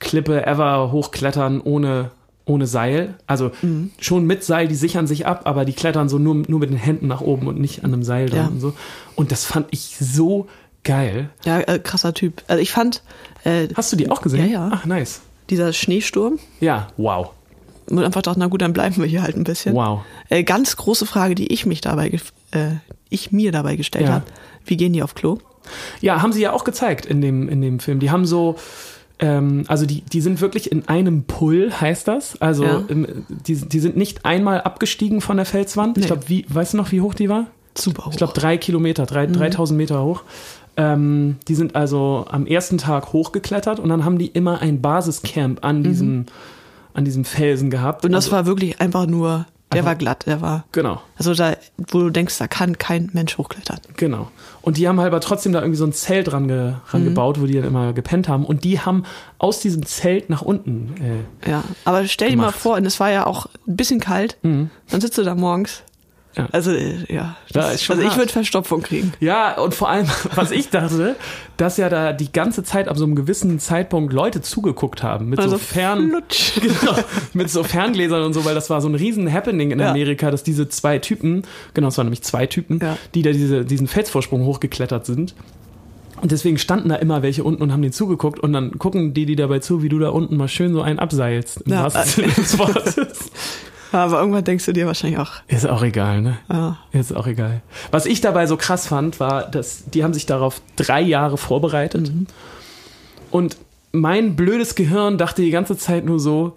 [SPEAKER 2] Steilklippe ever hochklettern ohne, ohne Seil. Also
[SPEAKER 3] Mhm.
[SPEAKER 2] schon mit Seil, die sichern sich ab, aber die klettern so nur, nur mit den Händen nach oben und nicht an einem Seil dran
[SPEAKER 3] Ja.
[SPEAKER 2] und so. Und das fand ich so geil.
[SPEAKER 3] Ja, äh, krasser Typ. Also ich fand äh,
[SPEAKER 2] Hast du die auch gesehen?
[SPEAKER 3] Ja, ja.
[SPEAKER 2] Ach, nice.
[SPEAKER 3] dieser Schneesturm
[SPEAKER 2] Ja, wow.
[SPEAKER 3] und einfach dachte, na gut, dann bleiben wir hier halt ein bisschen.
[SPEAKER 2] Wow.
[SPEAKER 3] Äh, ganz große Frage, die ich mich dabei, gef- äh, ich mir dabei gestellt
[SPEAKER 2] Ja.
[SPEAKER 3] habe: Wie gehen die auf Klo?
[SPEAKER 2] Ja, haben sie ja auch gezeigt in dem, in dem Film. Die haben so, ähm, also die, die sind wirklich in einem Pull, heißt das. Also
[SPEAKER 3] Ja.
[SPEAKER 2] im, die, die sind nicht einmal abgestiegen von der Felswand. Ich
[SPEAKER 3] Nee.
[SPEAKER 2] glaube, wie, weißt du noch, wie hoch die war?
[SPEAKER 3] Super hoch.
[SPEAKER 2] Ich glaube, drei Kilometer, drei,
[SPEAKER 3] Mhm.
[SPEAKER 2] 3000 Meter hoch. Ähm, die sind also am ersten Tag hochgeklettert und dann haben die immer ein Basiscamp an diesem, an diesem Felsen gehabt.
[SPEAKER 3] Mhm. und das
[SPEAKER 2] also,
[SPEAKER 3] war wirklich einfach nur, der
[SPEAKER 2] Einfach-
[SPEAKER 3] war glatt, der war.
[SPEAKER 2] genau.
[SPEAKER 3] Also da, wo du denkst, da kann kein Mensch hochklettern.
[SPEAKER 2] Genau. Und die haben halt aber trotzdem da irgendwie so ein Zelt dran, ge, dran
[SPEAKER 3] Mhm.
[SPEAKER 2] gebaut, wo die dann immer gepennt haben. Und die haben aus diesem Zelt nach unten äh,
[SPEAKER 3] Ja. Aber stell dir mal
[SPEAKER 2] Gemacht. Mhm.
[SPEAKER 3] vor, und es war ja auch ein bisschen kalt, dann sitzt du da morgens.
[SPEAKER 2] Ja.
[SPEAKER 3] Also, äh, ja.
[SPEAKER 2] Da ist schon
[SPEAKER 3] also ich
[SPEAKER 2] hart.
[SPEAKER 3] würde Verstopfung kriegen.
[SPEAKER 2] Ja, und vor allem, was ich dachte, dass ja da die ganze Zeit ab so einem gewissen Zeitpunkt Leute zugeguckt haben mit so
[SPEAKER 3] Also
[SPEAKER 2] Fern
[SPEAKER 3] flutsch.
[SPEAKER 2] genau, mit so Ferngläsern und so, weil das war so ein riesen Happening in
[SPEAKER 3] Ja.
[SPEAKER 2] Amerika, dass diese zwei Typen, genau, es waren nämlich zwei Typen,
[SPEAKER 3] Ja.
[SPEAKER 2] die da diese, diesen Felsvorsprung hochgeklettert sind. Und deswegen standen da immer welche unten und haben denen zugeguckt und dann gucken die die dabei zu, wie du da unten mal schön so einen abseilst. Im
[SPEAKER 3] Ja.
[SPEAKER 2] wahrsten Sinne des Wortes.
[SPEAKER 3] Aber irgendwann denkst du dir wahrscheinlich auch, ah,
[SPEAKER 2] Ist auch egal, ne?
[SPEAKER 3] ja,
[SPEAKER 2] Ist auch egal. Was ich dabei so krass fand, war, dass die haben sich darauf drei Jahre vorbereitet.
[SPEAKER 3] Mhm.
[SPEAKER 2] Und mein blödes Gehirn dachte die ganze Zeit nur so,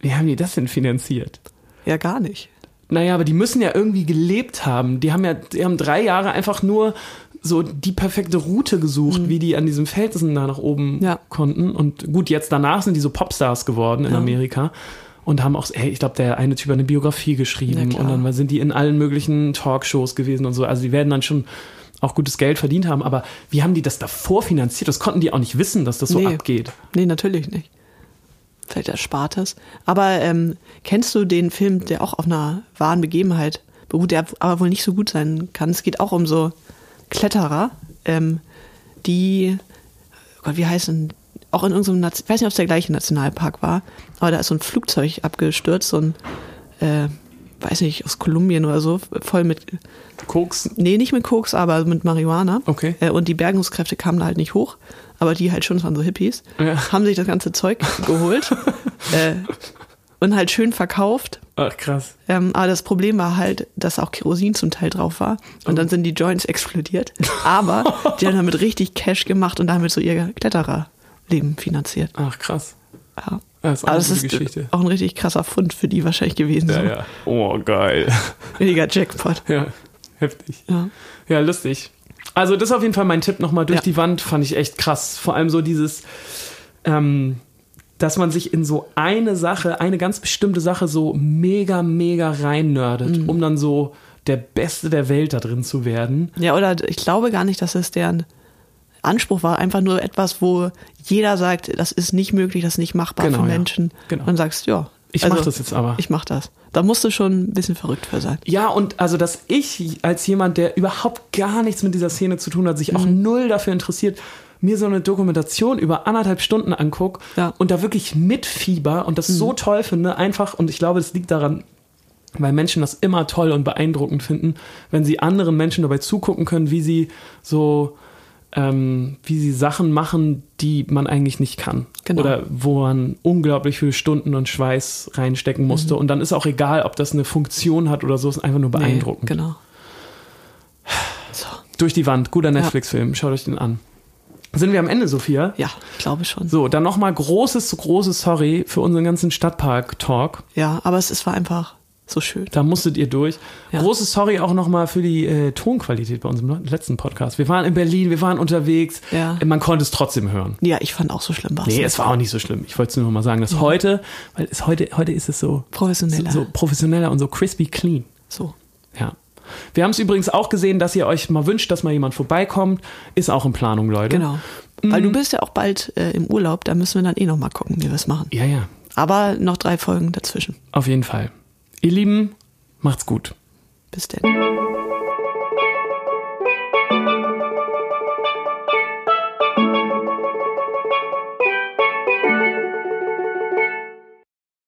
[SPEAKER 2] wie haben die das denn finanziert?
[SPEAKER 3] ja gar nicht.
[SPEAKER 2] Naja, aber die müssen ja irgendwie gelebt haben. Die haben ja, die haben drei Jahre einfach nur so die perfekte Route gesucht, wie die an diesem Felsen da nach oben
[SPEAKER 3] Mhm. Ja.
[SPEAKER 2] konnten. Und gut, jetzt danach sind die so Popstars geworden in
[SPEAKER 3] Ja.
[SPEAKER 2] Amerika. Und haben auch, ey, ich glaube, der eine Typ hat eine Biografie
[SPEAKER 3] Na
[SPEAKER 2] geschrieben
[SPEAKER 3] klar.
[SPEAKER 2] und dann sind die in allen möglichen Talkshows gewesen und so. Also die werden dann schon auch gutes Geld verdient haben, aber wie haben die das davor finanziert? Das konnten die auch nicht wissen, dass das so
[SPEAKER 3] Nee.
[SPEAKER 2] abgeht.
[SPEAKER 3] Nee, natürlich nicht. Vielleicht erspart das. Aber ähm, kennst du den Film, der auch auf einer wahren Begebenheit beruht, der aber wohl nicht so gut sein kann? Es geht auch um so Kletterer, ähm, die, oh Gott, wie heißen, auch in irgendeinem, Naz- ich weiß nicht, ob es der gleiche Nationalpark war, aber da ist so ein Flugzeug abgestürzt, so ein, äh, weiß nicht, aus Kolumbien oder so, voll mit,
[SPEAKER 2] Koks.
[SPEAKER 3] nee, nicht mit Koks, aber mit Marihuana.
[SPEAKER 2] Okay.
[SPEAKER 3] Äh, und die Bergungskräfte kamen da halt nicht hoch, aber die halt schon, das waren so Hippies,
[SPEAKER 2] Ja.
[SPEAKER 3] haben sich das ganze Zeug geholt äh, und halt schön verkauft.
[SPEAKER 2] Ach krass.
[SPEAKER 3] Ähm, aber das Problem war halt, dass auch Kerosin zum Teil drauf war und
[SPEAKER 2] Oh.
[SPEAKER 3] dann sind die Joints explodiert. Aber die haben damit richtig Cash gemacht und damit so ihr Klettererleben finanziert.
[SPEAKER 2] Ach krass.
[SPEAKER 3] Ja.
[SPEAKER 2] Das ist auch
[SPEAKER 3] Aber
[SPEAKER 2] eine
[SPEAKER 3] das
[SPEAKER 2] gute
[SPEAKER 3] ist
[SPEAKER 2] Geschichte.
[SPEAKER 3] auch ein richtig krasser Fund für die wahrscheinlich gewesen. so.
[SPEAKER 2] ja. Oh, geil.
[SPEAKER 3] Weniger Jackpot.
[SPEAKER 2] Ja, heftig.
[SPEAKER 3] Ja.
[SPEAKER 2] Ja, lustig. Also das ist auf jeden Fall mein Tipp nochmal durch
[SPEAKER 3] Ja.
[SPEAKER 2] die Wand, fand ich echt krass. Vor allem so dieses, ähm, dass man sich in so eine Sache, eine ganz bestimmte Sache so mega, mega reinnördet,
[SPEAKER 3] Mhm.
[SPEAKER 2] um dann so der Beste der Welt da drin zu werden.
[SPEAKER 3] Ja, oder ich glaube gar nicht, dass es deren Anspruch war. Einfach nur etwas, wo jeder sagt, das ist nicht möglich, das ist nicht machbar
[SPEAKER 2] Genau,
[SPEAKER 3] für
[SPEAKER 2] ja.
[SPEAKER 3] Menschen.
[SPEAKER 2] Genau.
[SPEAKER 3] Dann sagst du, ja. also
[SPEAKER 2] Ich mach das jetzt aber.
[SPEAKER 3] Ich mach das. Da musst du schon ein bisschen verrückt für sein.
[SPEAKER 2] Ja, und also, dass ich als jemand, der überhaupt gar nichts mit dieser Szene zu tun hat, sich auch null dafür interessiert, mir so eine Dokumentation über anderthalb Stunden anguck
[SPEAKER 3] Ja.
[SPEAKER 2] und da wirklich mitfieber und das so toll finde, einfach, und ich glaube, das liegt daran, weil Menschen das immer toll und beeindruckend finden, wenn sie anderen Menschen dabei zugucken können, wie sie so, ähm, wie sie Sachen machen, die man eigentlich nicht kann.
[SPEAKER 3] Genau.
[SPEAKER 2] Oder wo man unglaublich viele Stunden und Schweiß reinstecken musste. Und dann ist auch egal, ob das eine Funktion hat oder so, ist einfach nur beeindruckend.
[SPEAKER 3] Mhm. Nee, genau. So,
[SPEAKER 2] Durch die Wand, guter Netflix-Film, schaut euch den an. Sind wir am Ende, Sophia?
[SPEAKER 3] ja, ich glaube schon.
[SPEAKER 2] So, dann nochmal großes, großes Sorry für unseren ganzen Stadtpark-Talk.
[SPEAKER 3] Ja, aber es, es war einfach so schön.
[SPEAKER 2] Da musstet ihr durch.
[SPEAKER 3] Ja.
[SPEAKER 2] Großes Sorry auch nochmal für die äh, Tonqualität bei unserem letzten Podcast. Wir waren in Berlin, wir waren unterwegs.
[SPEAKER 3] Ja.
[SPEAKER 2] Man konnte es trotzdem hören.
[SPEAKER 3] Ja, ich fand auch so schlimm war Mhm.
[SPEAKER 2] Nee, es war auch nicht so schlimm. Ich wollte es nur noch mal sagen, dass heute, weil es heute, heute ist es so
[SPEAKER 3] Professioneller.
[SPEAKER 2] so, so professioneller und so crispy clean.
[SPEAKER 3] So.
[SPEAKER 2] Ja. Wir haben es übrigens auch gesehen, dass ihr euch mal wünscht, dass mal jemand vorbeikommt. Ist auch in Planung, Leute.
[SPEAKER 3] Genau.
[SPEAKER 2] Mhm.
[SPEAKER 3] Weil du bist ja auch bald äh, im Urlaub, da müssen wir dann eh nochmal gucken, wie wir es machen.
[SPEAKER 2] Ja, ja.
[SPEAKER 3] Aber noch drei Folgen dazwischen.
[SPEAKER 2] Auf jeden Fall. Ihr Lieben, macht's gut.
[SPEAKER 3] Bis denn.